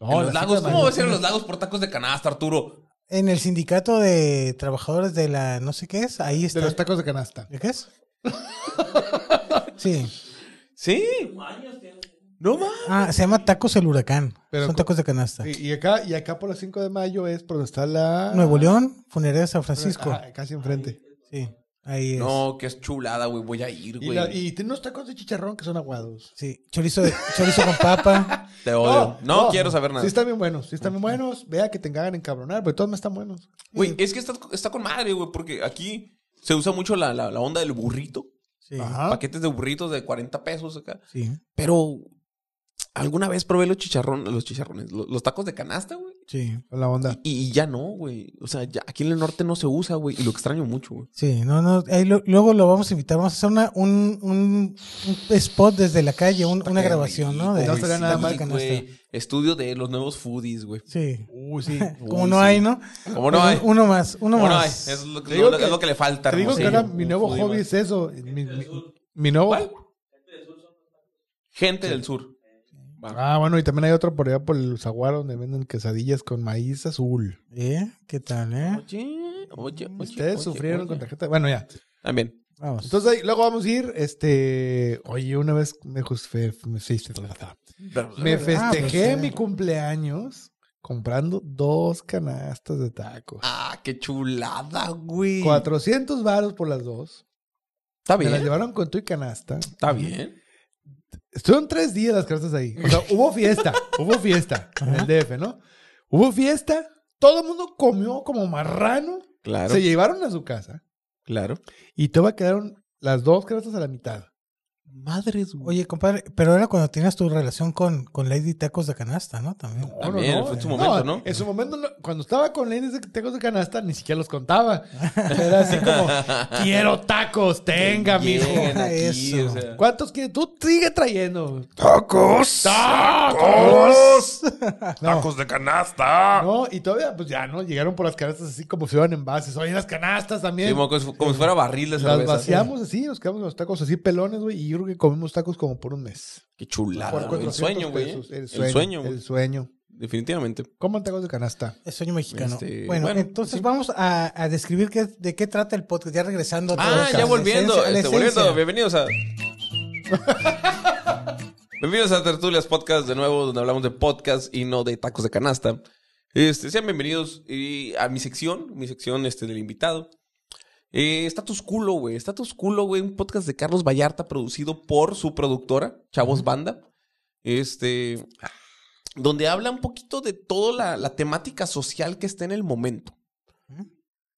No, En los las lagos. cinco de ¿Cómo mayo. vas a ir a los lagos por tacos de canasta, Arturo? En el sindicato de trabajadores de la no sé qué es, ahí está. De los tacos de canasta. ¿De qué es? sí. Sí. No más. Ah, se llama Tacos el Huracán. Pero Son co- tacos de canasta. Y, y acá, y acá por las 5 de mayo es por donde está la. Nuevo León, funeraria de San Francisco. Ah, casi enfrente. Sí, ahí es. No, que es chulada, güey. Voy a ir, Y, güey. la- y tiene unos tacos de chicharrón que son aguados. Sí, chorizo, de- chorizo con papa. Te odio. No, quiero saber nada. Sí, están bien buenos. Sí, están bien buenos. Vea que te engañan encabronar, pero todos me están buenos. Güey, es que está, está con madre, güey, porque aquí se usa mucho la, la- la onda del burrito. Sí, Ajá. Paquetes de burritos de 40 pesos acá. sí, Pero alguna vez probé los chicharrones, los chicharrones, lo- los, tacos de canasta, güey. sí. Con la onda. Y, y ya no, güey. O sea, ya aquí en el norte no se usa, güey. Y lo extraño mucho, güey. Sí, no, no. ahí lo- luego lo vamos a invitar. Vamos a hacer una, un, un, un spot desde la calle, un- una Qué grabación, ¿no? rico, De, No güey, estaría sí, nada mal que no güey. Estudio de los nuevos foodies, güey. sí. Uy, sí. Como Uy, no sí. hay, ¿no? Como no Uno- hay. Uno más, uno Bueno, ay, más. es lo, Te digo lo- que- es lo que le falta. Te digo que Hermosillo. ahora mi nuevo Foodie, hobby güey. es eso. Mi, mi- mi nuevo. ¿Cuál? Gente del sur. Ah, bueno, y también hay otro por allá por el Zaguar donde venden quesadillas con maíz azul. ¿Eh? ¿Qué tal, eh? Oye, oye, oye. Ustedes oye, sufrieron oye. con tarjeta. Bueno, ya. También. Vamos. Entonces, ahí, luego vamos a ir, este, oye, una vez me, jus- fe- me, sí, sí, Ah, me festejé Ah, pues, mi sí. cumpleaños comprando dos canastas de tacos. Ah, qué chulada, güey. 400 varos por las dos. Está Me las bien. llevaron con tu y canasta. Está bien. Estuvieron tres días las canastas ahí. O sea, hubo fiesta, hubo fiesta en el DF, ¿no? Hubo fiesta, todo el mundo comió como marrano, Claro. se llevaron a su casa Claro. y te quedaron las dos canastas a la mitad. Madres, güey. Oye, compadre, pero era cuando tenías tu relación con, con Lady Tacos de Canasta, ¿no? También. No, También, no, no. fue en su momento, ¿no? En su momento, no. cuando estaba con leyes de tacos de canasta, ni siquiera los contaba. Era así como, quiero tacos, tenga, mijo. Bien aquí, Ah, Eso. o sea. ¿Cuántos quieres? Tú sigue trayendo. ¡Tacos! ¡Tacos! ¡Tacos de canasta! No, y todavía, pues ya, ¿no? Llegaron por las canastas así como si iban en envases. Oye, las canastas Sí, también. como, que fu- como si fuera barril de las cerveza. vaciamos así, nos quedamos con los tacos así pelones, güey. Y yo creo que comimos tacos como por un mes. Qué chulada. por güey. Ah, El 400 sueño, güey. pesos. El El sueño, sueño. güey. El sueño. Definitivamente. Coman tacos de canasta. Es sueño mexicano. Este, bueno, bueno, entonces sí. vamos a, a describir qué- de qué trata el podcast, ya regresando. otra Ah, vez a ya la volviendo. esencia, a la Este, volviendo. esencia. Bienvenidos a. bienvenidos a Tertulias Podcast de nuevo, donde hablamos de podcast y no de tacos de canasta. Este, sean bienvenidos y a mi sección, mi sección este, del invitado. Eh, Status Culo, güey. Status Culo, güey. Un podcast de Carlos Vallarta producido por su productora, Chavos Banda. Este. Donde habla un poquito de toda la, la temática social que está en el momento.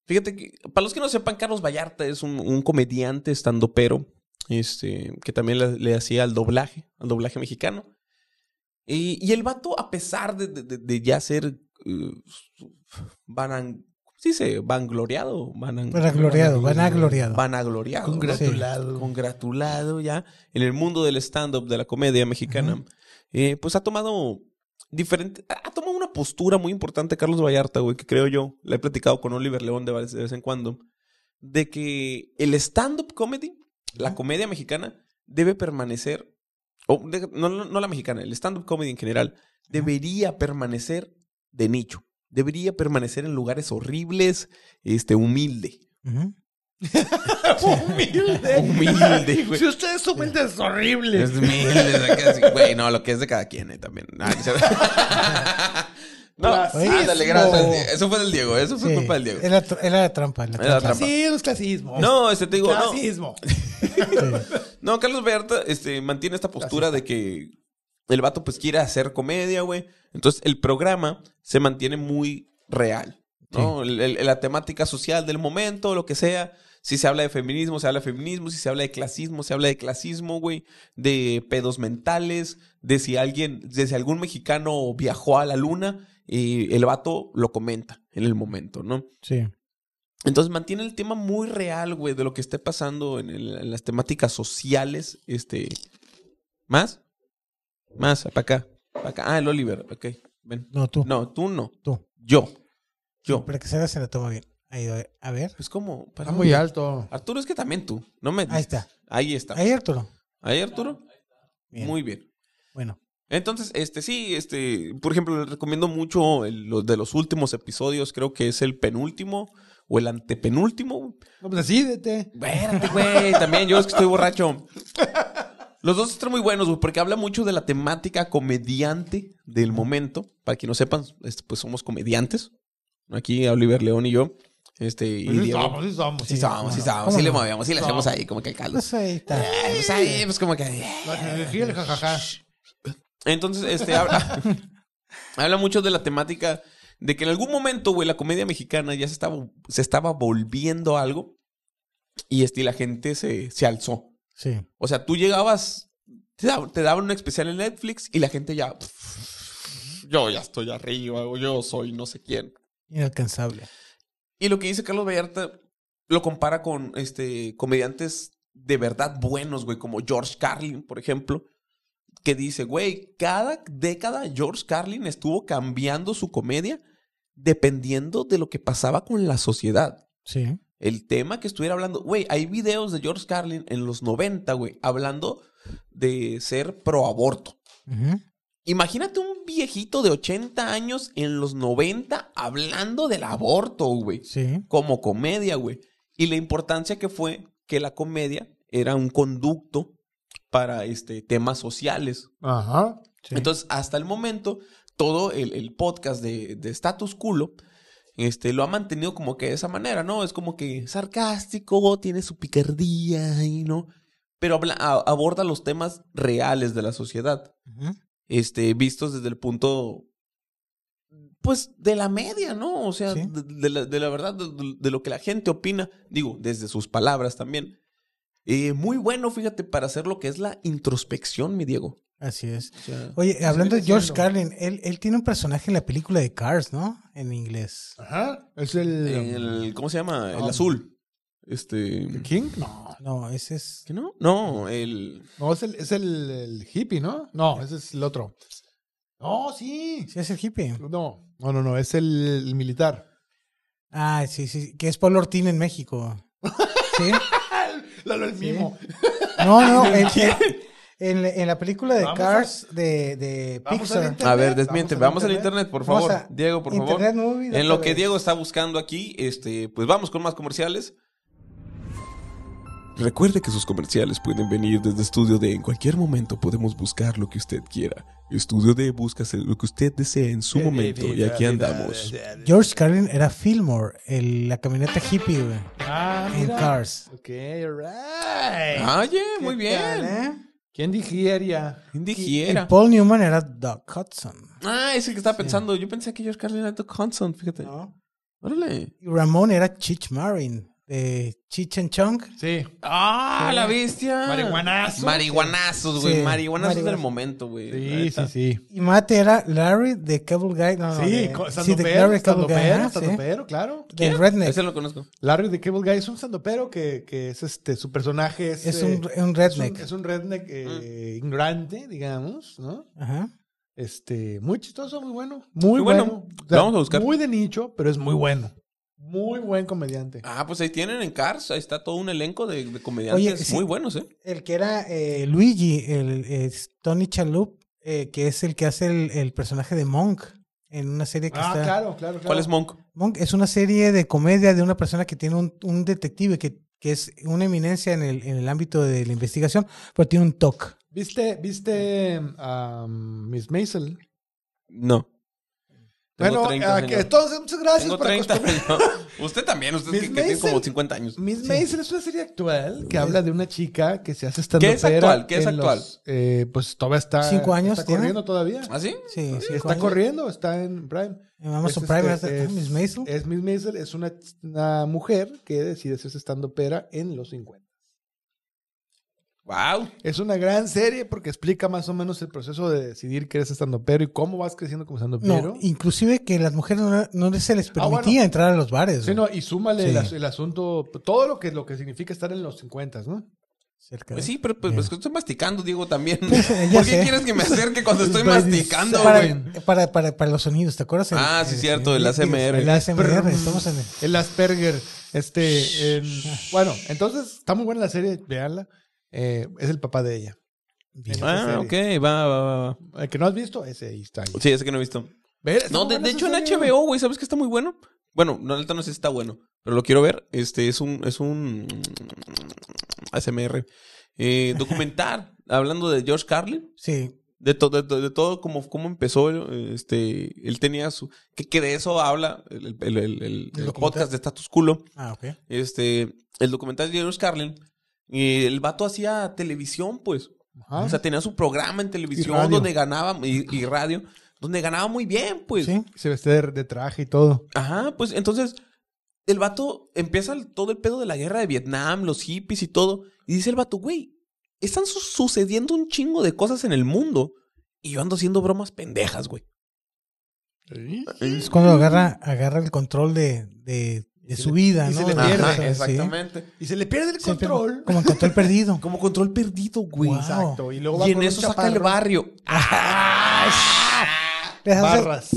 Fíjate que, para los que no sepan, Carlos Vallarta es un, un comediante estandopero, este, que también le, le hacía al doblaje, al doblaje mexicano. Y, y el vato, a pesar de, de- de- de ya ser eh, vanan, ¿cómo se dice? Vangloriado. Vanan, Vanagloriado, vanagloriado. Vanagloriado. Congratulado. Sí. Congratulado ya en el mundo del stand-up, de la comedia mexicana. eh, pues ha tomado diferente, ha ha tomado una postura muy importante Carlos Vallarta, güey, que creo yo, la he platicado con Oliver León de vez, de vez en cuando, de que el stand-up comedy, la comedia mexicana, debe permanecer, o de- no, no- no la mexicana, el stand-up comedy en general, debería permanecer de nicho. Debería permanecer en lugares horribles, este, humilde. Ujú. Humilde. Humilde, güey. Si ustedes son humildes, es horrible. Es humilde, acá sí, güey, no, lo que es de cada quien eh, también. Ah, no es cierto. No, Clasismo. ándale, gracias. Eso fue del Diego, eso fue Sí, culpa del Diego. Era, tr- era la trampa. la Era la trampa. trampa. Sí, los clasismos. No, este te digo, no. Clasismo. No, Carlos Vallarta este, mantiene esta postura de que el vato pues quiere hacer comedia, güey. Entonces el programa se mantiene muy real, ¿no? El- el- la temática social del momento, lo que sea, Si se habla de feminismo, se habla de feminismo. Si se habla de clasismo, se habla de clasismo, güey. De pedos mentales. De si alguien, de si algún mexicano viajó a la luna. Y el vato lo comenta en el momento, ¿no? Sí. Entonces mantiene el tema muy real, güey, de lo que esté pasando en, el- en las temáticas sociales. Este. ¿Más? Más, para acá. pa' acá. Ah, el Oliver, ok. Ven. No, tú. No, tú no. Tú. Yo. Yo. Para que se haga, se la toma bien. Ahí, a ver. Pues cómo. Para- Está muy alto. Arturo, es que también tú. No me. Ahí está. Ahí está. Ahí, Arturo. Ahí, Arturo. Bien. Muy bien. Bueno. Entonces, este sí, este, por ejemplo, les recomiendo mucho el- los de los últimos episodios, creo que es el penúltimo o el antepenúltimo. No, pues decídete. Espérate, güey, también yo es que estoy borracho. Los dos están muy buenos, güey, porque habla mucho de la temática comediante del momento. Para quien no sepan, este, pues somos comediantes. Aquí Oliver León y yo. Este, y Pues sí Diego. somos, sí somos. Sí Sí, somos, sí cómo no, somos, cómo sí le no. movíamos, sí le hacemos Somos. ahí como que el caldo. Pues ahí está. Eh, pues ahí, pues como que... La energía, el jajaja. Entonces, este, habla, habla mucho de la temática de que en algún momento, güey, la comedia mexicana ya se estaba, se estaba volviendo algo y este, y la gente se, se alzó. Sí. O sea, tú llegabas, te, da- te daban un especial en Netflix y la gente ya... "Pff, Yo ya estoy arriba, o yo soy no sé quién. Inalcanzable. Y lo que dice Carlos Vallarta lo compara con este comediantes de verdad buenos, güey, como George Carlin, por ejemplo, que dice, güey, cada década George Carlin estuvo cambiando su comedia dependiendo de lo que pasaba con la sociedad. Sí. El tema que estuviera hablando, güey, hay videos de George Carlin en los 90, güey, hablando de ser pro aborto. Ujú. Imagínate un viejito de 80 años en los 90 hablando del aborto, güey. Sí. Como comedia, güey. Y la importancia que fue que la comedia era un conducto para este, temas sociales. Ajá. Sí. Entonces, hasta el momento, todo el, el podcast de, de Status Culo este, lo ha mantenido como que de esa manera, ¿no? Es como que sarcástico, tiene su picardía y no. Pero habla- a- aborda los temas reales de la sociedad Ujú. este, vistos desde el punto, pues, de la media, ¿no? O sea, Sí. de, de la, de la verdad, de, de lo que la gente opina, digo, desde sus palabras también. Eh, muy bueno, fíjate, para hacer lo que es la introspección, mi Diego. Así es. O sea, Oye, hablando de viene George Pues siendo. Carlin, él, él tiene un personaje en la película de Cars, ¿no? En inglés. Ajá. Es el. el, ¿cómo se llama? El Ah. azul. Este... ¿The King? No. No, ese es. ¿Qué no? No, el... No, es el, es el, el hippie, ¿no? No, ese es el otro. No, sí. Sí, es el hippie. No, no, no, no, es el, el militar. Ah, sí, sí, que es Paul Ortín en México. ¿Sí? Lalo el mismo. No, no, en, en la- en la película de Vamos a- Cars de, de vamos Pixar. al internet. A ver, desmiente, vamos, Vamos al al internet, por Vamos favor. a Diego, por favor. Internet Movie En lo que Database. Diego está buscando aquí, este, pues vamos con más comerciales. Recuerde que sus comerciales pueden venir desde Estudio D. En cualquier momento podemos buscar lo que usted quiera. Estudio D busca hacer lo que usted desee en Eh, su momento y aquí andamos. George Carlin era Fillmore, el- la camioneta hippie, güey. Ah, En mira. Cars. Ok, alright. Ah, Oye, muy bien. eh? ¿Quién digiera? ¿Quién Y dijera? Paul Newman era Doc Hudson. Ah, es el que estaba pensando. Yo pensé que George Carlin era Doc Hudson, fíjate. Órale. Y Ramón era Chich Marin, de Chich and Chong. Sí. Ah, la bestia. Marihuanazo. Marihuanazos, güey. Sí. Marihuanazos del Marihuana. momento, güey. La Sí, neta. sí, sí. Y Mate era Larry de Cable Guy. No, no, Sí, de- co- sí, de sandopero, Larry Cable Guy. sandopero, ajá, sí. sandopero, claro. Del Redneck. Ese lo conozco. Larry the Cable Guy es un sandopero que, que es este, su personaje es... Es eh, un, un es un- redneck. Mm. Es un, redneck eh, ignorante, digamos, ¿no? Ajá. Este, muy chistoso, muy bueno. Muy, Muy bueno. bueno. O sea, Lo vamos a buscar. Muy de nicho, pero es muy bueno. Muy buen comediante. Ah, pues ahí tienen en Cars. Ahí está todo un elenco de, de comediantes Oye, sí. muy buenos, ¿eh? El que era eh, Luigi, el es Tony Chalup, eh, que es el que hace el, el personaje de Monk en una serie que Ah, está. claro, claro, claro. ¿Cuál es Monk? Monk es una serie de comedia de una persona que tiene un, un detective que, que es una eminencia en el, en el ámbito de la investigación, pero tiene un TOC. ¿Viste, viste um, Miss Maisel? No. Tengo Bueno, ah, 30, aquí- señor. entonces, muchas gracias Tengo por 30. señor. Usted también, usted que, Miss que tiene como Maisel- 50 años. Miss Sí. Maisel es una serie actual que habla de una chica que se hace stand ¿Qué es actual? ¿Qué es actual? pues todavía está. Cinco años Está tiene. corriendo todavía. ¿Ah, sí? Sí, Sí, cinco está años. corriendo, está en Prime. En Amazon Prime, ¿verdad? Ah, Miss Maisel. este, Es Miss Maisel, es una, una mujer que decide hacerse estando pera en los 50. ¡Wow! Es una gran serie porque explica más o menos el proceso de decidir que eres estando pero y cómo vas creciendo como estando No, pero. inclusive que las mujeres no, no se les Ah, permitía bueno. entrar a los bares. Sí, güey. no, y súmale el, Sí. as- el asunto, todo lo que, lo que significa estar en los 50, ¿no? Cerca Pues sí, pero pues, pues, estoy masticando, Diego, también. ya ¿Por qué sé. quieres que me acerque cuando estoy By masticando, güey? para, para, para, para los sonidos, ¿te acuerdas? El- Ah, sí, el- cierto, el el- ASMR. El ASMR, Prrr. estamos en el... El Asperger. Este. en- bueno, entonces está muy buena la serie, veanla. es el papá de ella. En esa Ah, ok, serie. va, va, va, va. El que no has visto, ese ahí está. ahí. Sí, ese que no he visto. Ve, está No, muy de, de buena hecho en esa serie. HBO, güey, ¿sabes que está muy bueno? Bueno, no, neta no sé si está bueno, pero lo quiero ver. Este es un es un ASMR eh, documental hablando de George Carlin, Sí, de todo de, de todo cómo cómo empezó eh, este él tenía su que, que de eso habla el, el- el- el- el documental. podcast de Status Culo. ah, ok. Este el documental de George Carlin y el vato hacía televisión, pues. Ajá. O sea, tenía su programa en televisión radio. donde ganaba y, y radio, donde ganaba muy bien, pues. Sí. Se vestía de, de traje y todo. Ajá, pues entonces el vato empieza el- todo el pedo de la guerra de Vietnam, los hippies y todo. Y dice el vato, güey, están su- sucediendo un chingo de cosas en el mundo y yo ando haciendo bromas pendejas, güey. Es cuando agarra, agarra el control de, de, de su vida, y se ¿no? le De- pierde. o sea, Ajá, sí. Y se le pierde el Se pierde. control. Como el control perdido. Como control perdido, güey. Wow. Exacto. Y luego va Y en con un eso saca el chaparro. barrio. Ah, Les hace- Barras.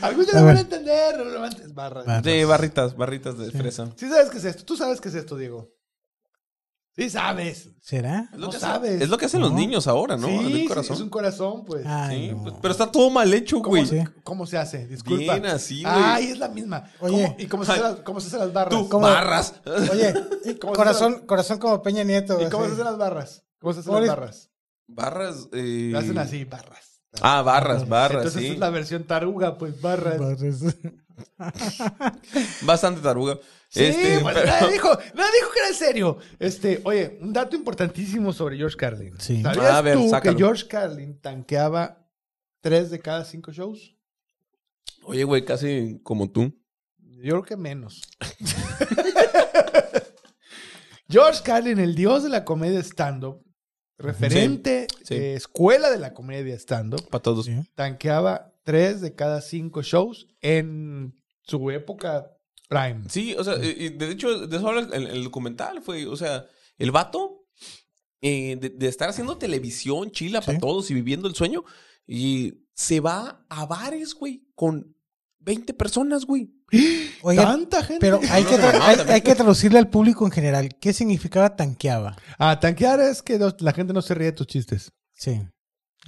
Algunos lo van a entender, no lo van a entender. Barras. Barras. De barritas, barritas de fresa. Sí sabes qué es esto. Tú sabes qué es esto, Diego. Sí sabes. ¿Será? Es lo, No que hace- sabes. es lo que hacen los No. niños ahora, ¿no? sí, Del sí, corazón. es un corazón, pues. Ay, Sí, no. pues, pero está todo mal hecho, ¿Cómo, güey. se, cómo se hace? Disculpa. Bien así, güey. Ay, es la misma. Oye. ¿Cómo- ¿Y cómo se, hace las, cómo se hacen las barras? Tú, ¿Cómo- barras. Oye, ¿Cómo se corazón, corazón como Peña Nieto. ¿Y cómo se así. hacen las barras? ¿Cómo se hacen ¿Cómo las le- barras? Barras. eh, Lo hacen así, barras. Ah, barras, barras, Entonces sí. esa es la versión taruga, pues barras. Barras. Bastante taruga. Sí, Este, pues, pero- nadie dijo, nadie dijo que era en serio. Este, oye, un dato importantísimo sobre George Carlin. Sí. ¿Sabías A ver, tú sácalo. que George Carlin tanqueaba tres de cada cinco shows? Oye, güey, casi como tú. Yo creo que menos. George Carlin, el dios de la comedia stand-up, referente Sí, sí. eh, escuela de la comedia stand-up, Para todos. Sí. tanqueaba tres de cada cinco shows en su época prime. Sí, o sea, y- y de hecho, de eso habla el, el documental, fue, o sea, el vato eh, de, de estar haciendo televisión chila para Sí. todos y viviendo el sueño, y se va a bares, güey, con 20 personas, güey. Oigan, Tanta gente. pero hay que, tra- No, hay, también. hay que traducirle al público en general. ¿Qué significaba tanqueaba? Ah, tanquear es que no- la gente no se ríe de tus chistes. Sí.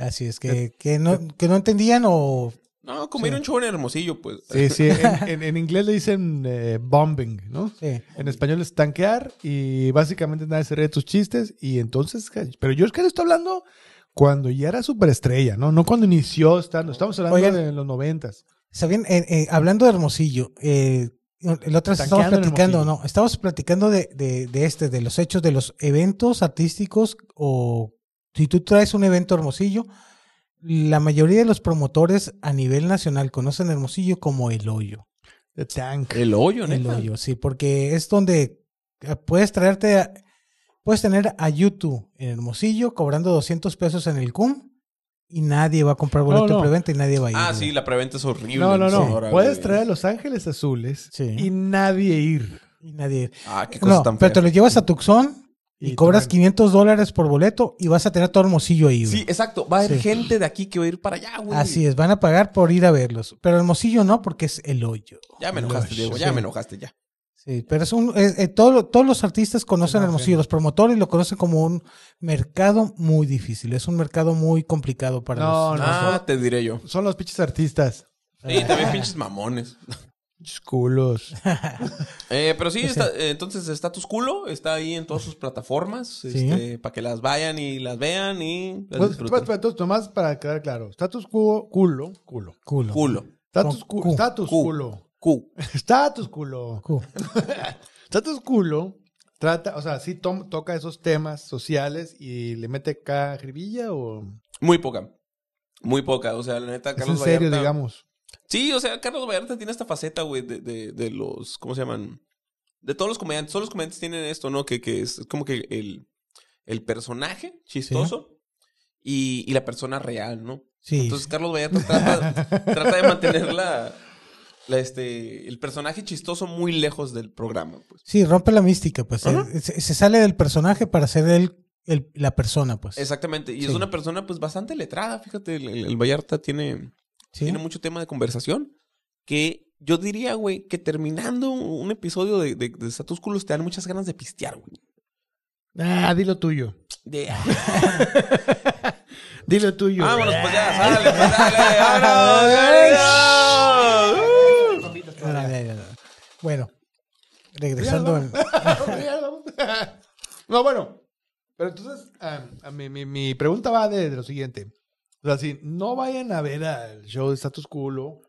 Así es, Eh, que, que, no, que no entendían o... No, como ir a un show en Hermosillo, pues. Sí, sí. En, en- en inglés le dicen eh, bombing, ¿no? Sí. En español es tanquear y básicamente nadie se ríe de tus chistes. Y entonces, pero George Carlin está hablando cuando ya era superestrella, ¿no? No cuando inició estando. Estamos hablando Oigan. de los noventas. ¿Sabían? Eh, eh, hablando de Hermosillo, eh, el otro día estábamos Tanqueando en platicando, Hermosillo. no, estábamos platicando de, de, de este, de los hechos, de los eventos artísticos o si tú traes un evento a Hermosillo, la mayoría de los promotores a nivel nacional conocen a Hermosillo como el hoyo. The Tank. El hoyo, El ¿no? hoyo, sí, porque es donde eh, puedes traerte, a- puedes tener a YouTube en Hermosillo cobrando 200 pesos en el CUM y nadie va a comprar boleto no. de preventa y nadie va a ir. Ah, güey. sí, la preventa es horrible. No, no, en no. Sonora, Puedes güey. traer a Los Ángeles Azules Sí. y nadie ir. Y nadie. Ah, qué cosa No, tan pero te fea. lo llevas a Tucson y, Y cobras te 500 dólares por boleto y vas a tener todo Hermosillo ahí. güey. Sí, exacto. Va a haber Sí. gente de aquí que va a ir para allá, güey. Así es, van a pagar por ir a verlos. Pero Hermosillo no, porque es el hoyo. Ya me enojaste, Diego. Ya me enojaste, ya. Sí, pero es un, es- eh, todo lo- todos los artistas conocen Una Hermosillo, los promotores lo conocen como un mercado muy difícil, es un mercado muy complicado para No, los- no. los- Ah, te diré yo. Son los pinches artistas. Sí, también pinches mamones. Pinches culos. Eh, pero sí, está, eh, entonces Status Culo está ahí en todas sus plataformas este, para que las vayan y las vean y las Pues, disfruten. espera, espera, entonces, nomás para quedar claro. Status quo, culo, culo. Culo. Culo. Status, Con cu- Q. status Q. culo. Q. Status culo. Status culo trata, o sea, sí tom- toca esos temas sociales y le mete acá jiribilla o... Muy poca. Muy poca. O sea, la neta, Es Carlos Pues, en serio, Vallarta- digamos. Sí, o sea, Carlos Vallarta tiene esta faceta, güey, de, de, de los. ¿Cómo se llaman? De todos los comediantes. Todos los comediantes tienen esto, ¿no? Que, que es como que el, el personaje chistoso y, y la persona real, ¿no? Sí. Entonces, Carlos Vallarta trata, trata de mantener la, la, este, el personaje chistoso muy lejos del programa. Pues. Sí, rompe la mística, pues. se, se sale del personaje para ser el, el- la persona, pues. Exactamente. Y es Sí. una persona, pues, bastante letrada. Fíjate, el, el- el Vallarta tiene, Sí. tiene mucho tema de conversación. Que yo diría, güey, que terminando un episodio de, de, de Status Culos te dan muchas ganas de pistear, güey. Ah, dilo tuyo. De... "Ah, Dilo tuyo. Vámonos, pues ya, sale, pues, dale, vámonos, vámonos. Ah, ya, ya, ya. Bueno, regresando al- no, bueno. Pero entonces, ah, a mí- mi, mi pregunta va de, de lo siguiente. O sea, si no vayan a ver al show de Status Culo,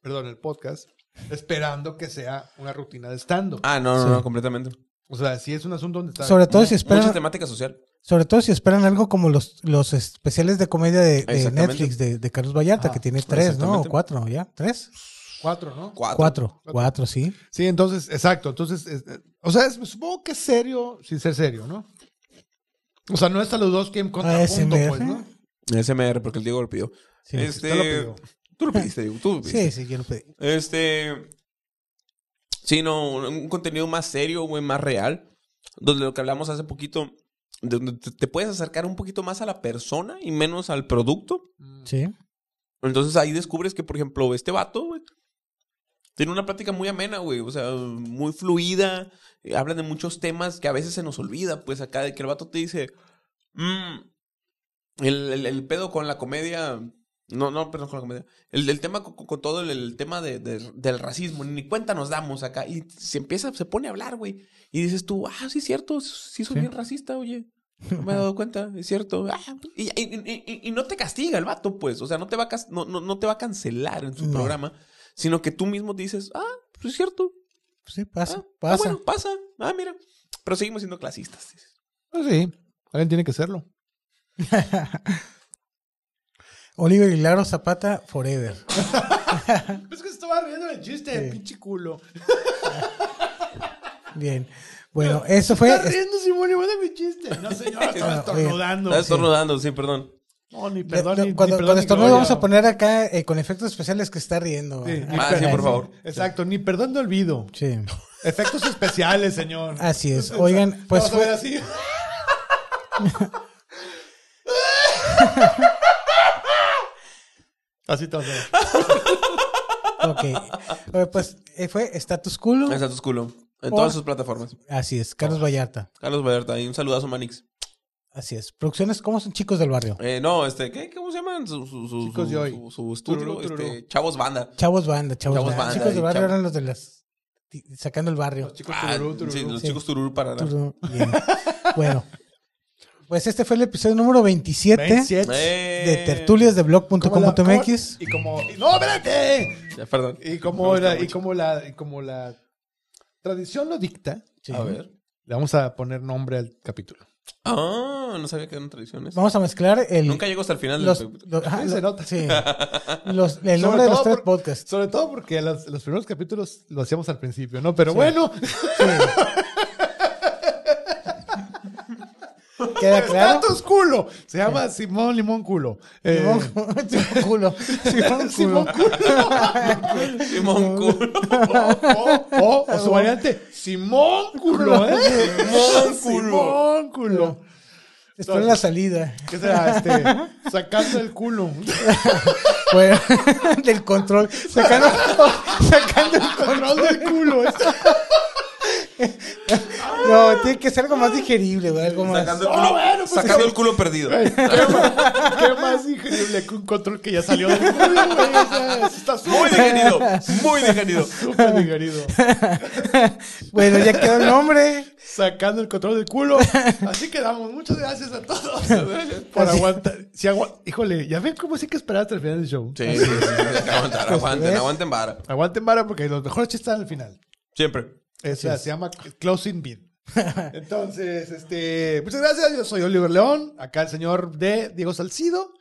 perdón, el podcast, esperando que sea una rutina de stand-up. Ah, no, no, Sí. no, completamente. O sea, si es un asunto donde está... Sobre todo si esperan- Mucha temática social. Sobre todo si esperan algo como los, los especiales de comedia de, de Exactamente. Netflix de, de Carlos Vallarta, Ah, que tiene tres, ¿no? O exactamente. cuatro, ¿ya? ¿Tres? Cuatro, ¿no? Cuatro. Cuatro. Cuatro, sí. Sí, entonces, exacto. Entonces, es- eh, o sea, es- supongo que es serio sin ser serio, ¿no? O sea, no es a los dos que en contrapunto, ASMR. pues, ¿no? SMR, porque el Diego lo pidió. Sí, este, usted lo pidió. Tú lo pediste, Diego, tú lo pediste. Sí, sí, yo lo pedí. Este. Sí, no, un- un contenido más serio, güey, más real. Donde lo que hablamos hace poquito, de donde te- te puedes acercar un poquito más a la persona y menos al producto. Sí. Entonces ahí descubres que, por ejemplo, este vato, güey, tiene una plática muy amena, güey. O sea, muy fluida. eh, Hablan de muchos temas que a veces se nos olvida, pues acá, de que el vato te dice. "Mm, el, el- el pedo con la comedia. No, no, perdón, con la comedia. El, el tema con, con todo el, el tema de- de- del racismo. Ni cuenta nos damos acá. Y se empieza, se pone a hablar, güey. Y dices tú, ah, sí, es cierto. Sí, soy Sí. bien racista, oye. No me he dado cuenta, es cierto. Ah, y, y- y- y- y no te castiga el vato, pues. O sea, no te va a, cas- no, no, no te va a cancelar en su No. programa, sino que tú mismo dices, ah, pues es cierto. Pues Sí, Ah, pasa, ah, pasa. bueno, pasa. Ah, mira. Pero seguimos siendo clasistas. dices. Pues sí, alguien tiene que hacerlo. Oliver Hilaro Zapata Forever. Es que estaba riendo el chiste, Sí. pinche culo. Bien. Bueno, eso fue. este, Está riendo Simón igual de mi chiste. No, señor, estaba Ah, estornudando. Estás estornudando, sí, perdón. No, ni perdón, Lo- ni, cuando ni perdón. cuando ni estornude gloria. vamos a poner acá eh, con efectos especiales que está riendo. Sí, ni Ah, sí, perdón. por favor. Exacto, ni perdón ni olvido. Sí. Efectos especiales, señor. Así es. Oigan, pues Vamos a fue- ver así. así te vas a ver. Ok. Eh, pues eh, fue Status Culo. En Status Culo. En Por- todas sus plataformas. Así es, Carlos Vallarta. Carlos Vallarta, y un saludazo, Manix. Así es. Producciones, ¿cómo son chicos del barrio? Eh, no, este, ¿qué? ¿Cómo se llaman? Su, su, su, Chicos su- de hoy. su- su estudio, Tururú, tururú. este, Chavos Banda. Chavos banda, chavos, Chavos banda. banda, Chicos y del barrio chavo- eran los de las. ti- Sacando el barrio. Los chicos Ah, tururú, tururú. sí, los Sí. chicos Tururú para Tururú. Bien. bueno. Pues este fue el episodio número 27 27. Eh, de tertulias de Como la- blog.com.mx. Y como. y- ¡No, espérate! Ya, perdón. Y Me como gusta la, y mucho. como la, y como la tradición lo dicta, A ver. le vamos a poner nombre al capítulo. Ah, no sabía que eran tradiciones. Vamos a mezclar el. Nunca llego hasta el final los, del lo- ajá, Sí, se lo- nota. sí. Los- el Sobre nombre de los todo tres por- podcasts. Sobre todo porque los, los primeros capítulos lo hacíamos al principio, ¿no? Pero bueno, ¿Queda claro? Status Culo. Se llama Simón Limón Culo. Eh, Simón, Simón culo. Simón Simón culo. Simón Culo. o, o- o su variante, Simón Culo, ¿eh? Simón Culo. Simón Culo. Espero la salida. ¿Qué será? Este, sacando el culo. Bueno, del control. Sacando, sacando el control. Control del culo. ¿eh? Lo No, tiene que ser algo más digerible, güey, algo más. Sacando el culo, sacando el culo perdido. ¿Qué más increíble que un control que ya salió del culo, güey? O sea, está súper- Muy digerido, muy digerido. Súper digerido. Bueno, ya quedó el nombre. Sacando el control del culo. Así quedamos. Muchas gracias a todos por Así- aguantar. Si agua- Híjole, ya ven cómo sí que esperar hasta el final del show. Sí, sí, sí, sí, aguantar, aguanten, aguanten vara. Aguanten vara porque los mejores chistes están al final. Siempre. O sea, se llama Closing Beat. Entonces, este, muchas gracias. Yo soy Oliver León, acá el señor de Diego Salcido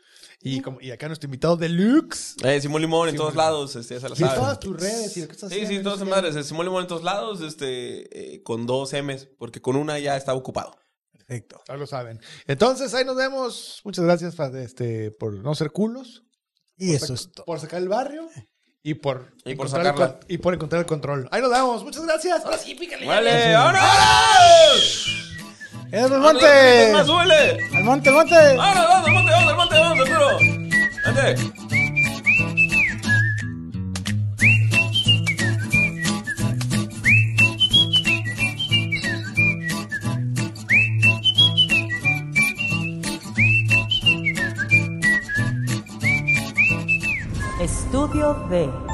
y, como, y acá nuestro invitado deluxe. Eh, Simón Limón en todos lados, este, ya se la Y todas saben. tus redes y lo que estás Sí, haciendo, sí, no todas sé esas qué. madres. eh, Simón Limón en todos lados, este, eh, con dos M's, porque con una ya estaba ocupado. Perfecto. Ya lo saben. Entonces, ahí nos vemos. Muchas gracias fa- este, por no ser culos, Y eso es todo. por sacar el barrio y por, Y por encontrar el sacarla. con- y por encontrar el control. Ahí nos vemos. Muchas gracias. Ahora sí, pícale. ¡Vale! ¡Vámonos! ¡El ¡Más monte! suele! ¡Al monte, al monte! ¡Vámonos, vamos, al monte, vamos, al monte, vamos, seguro! ¡Ande! Estudio B.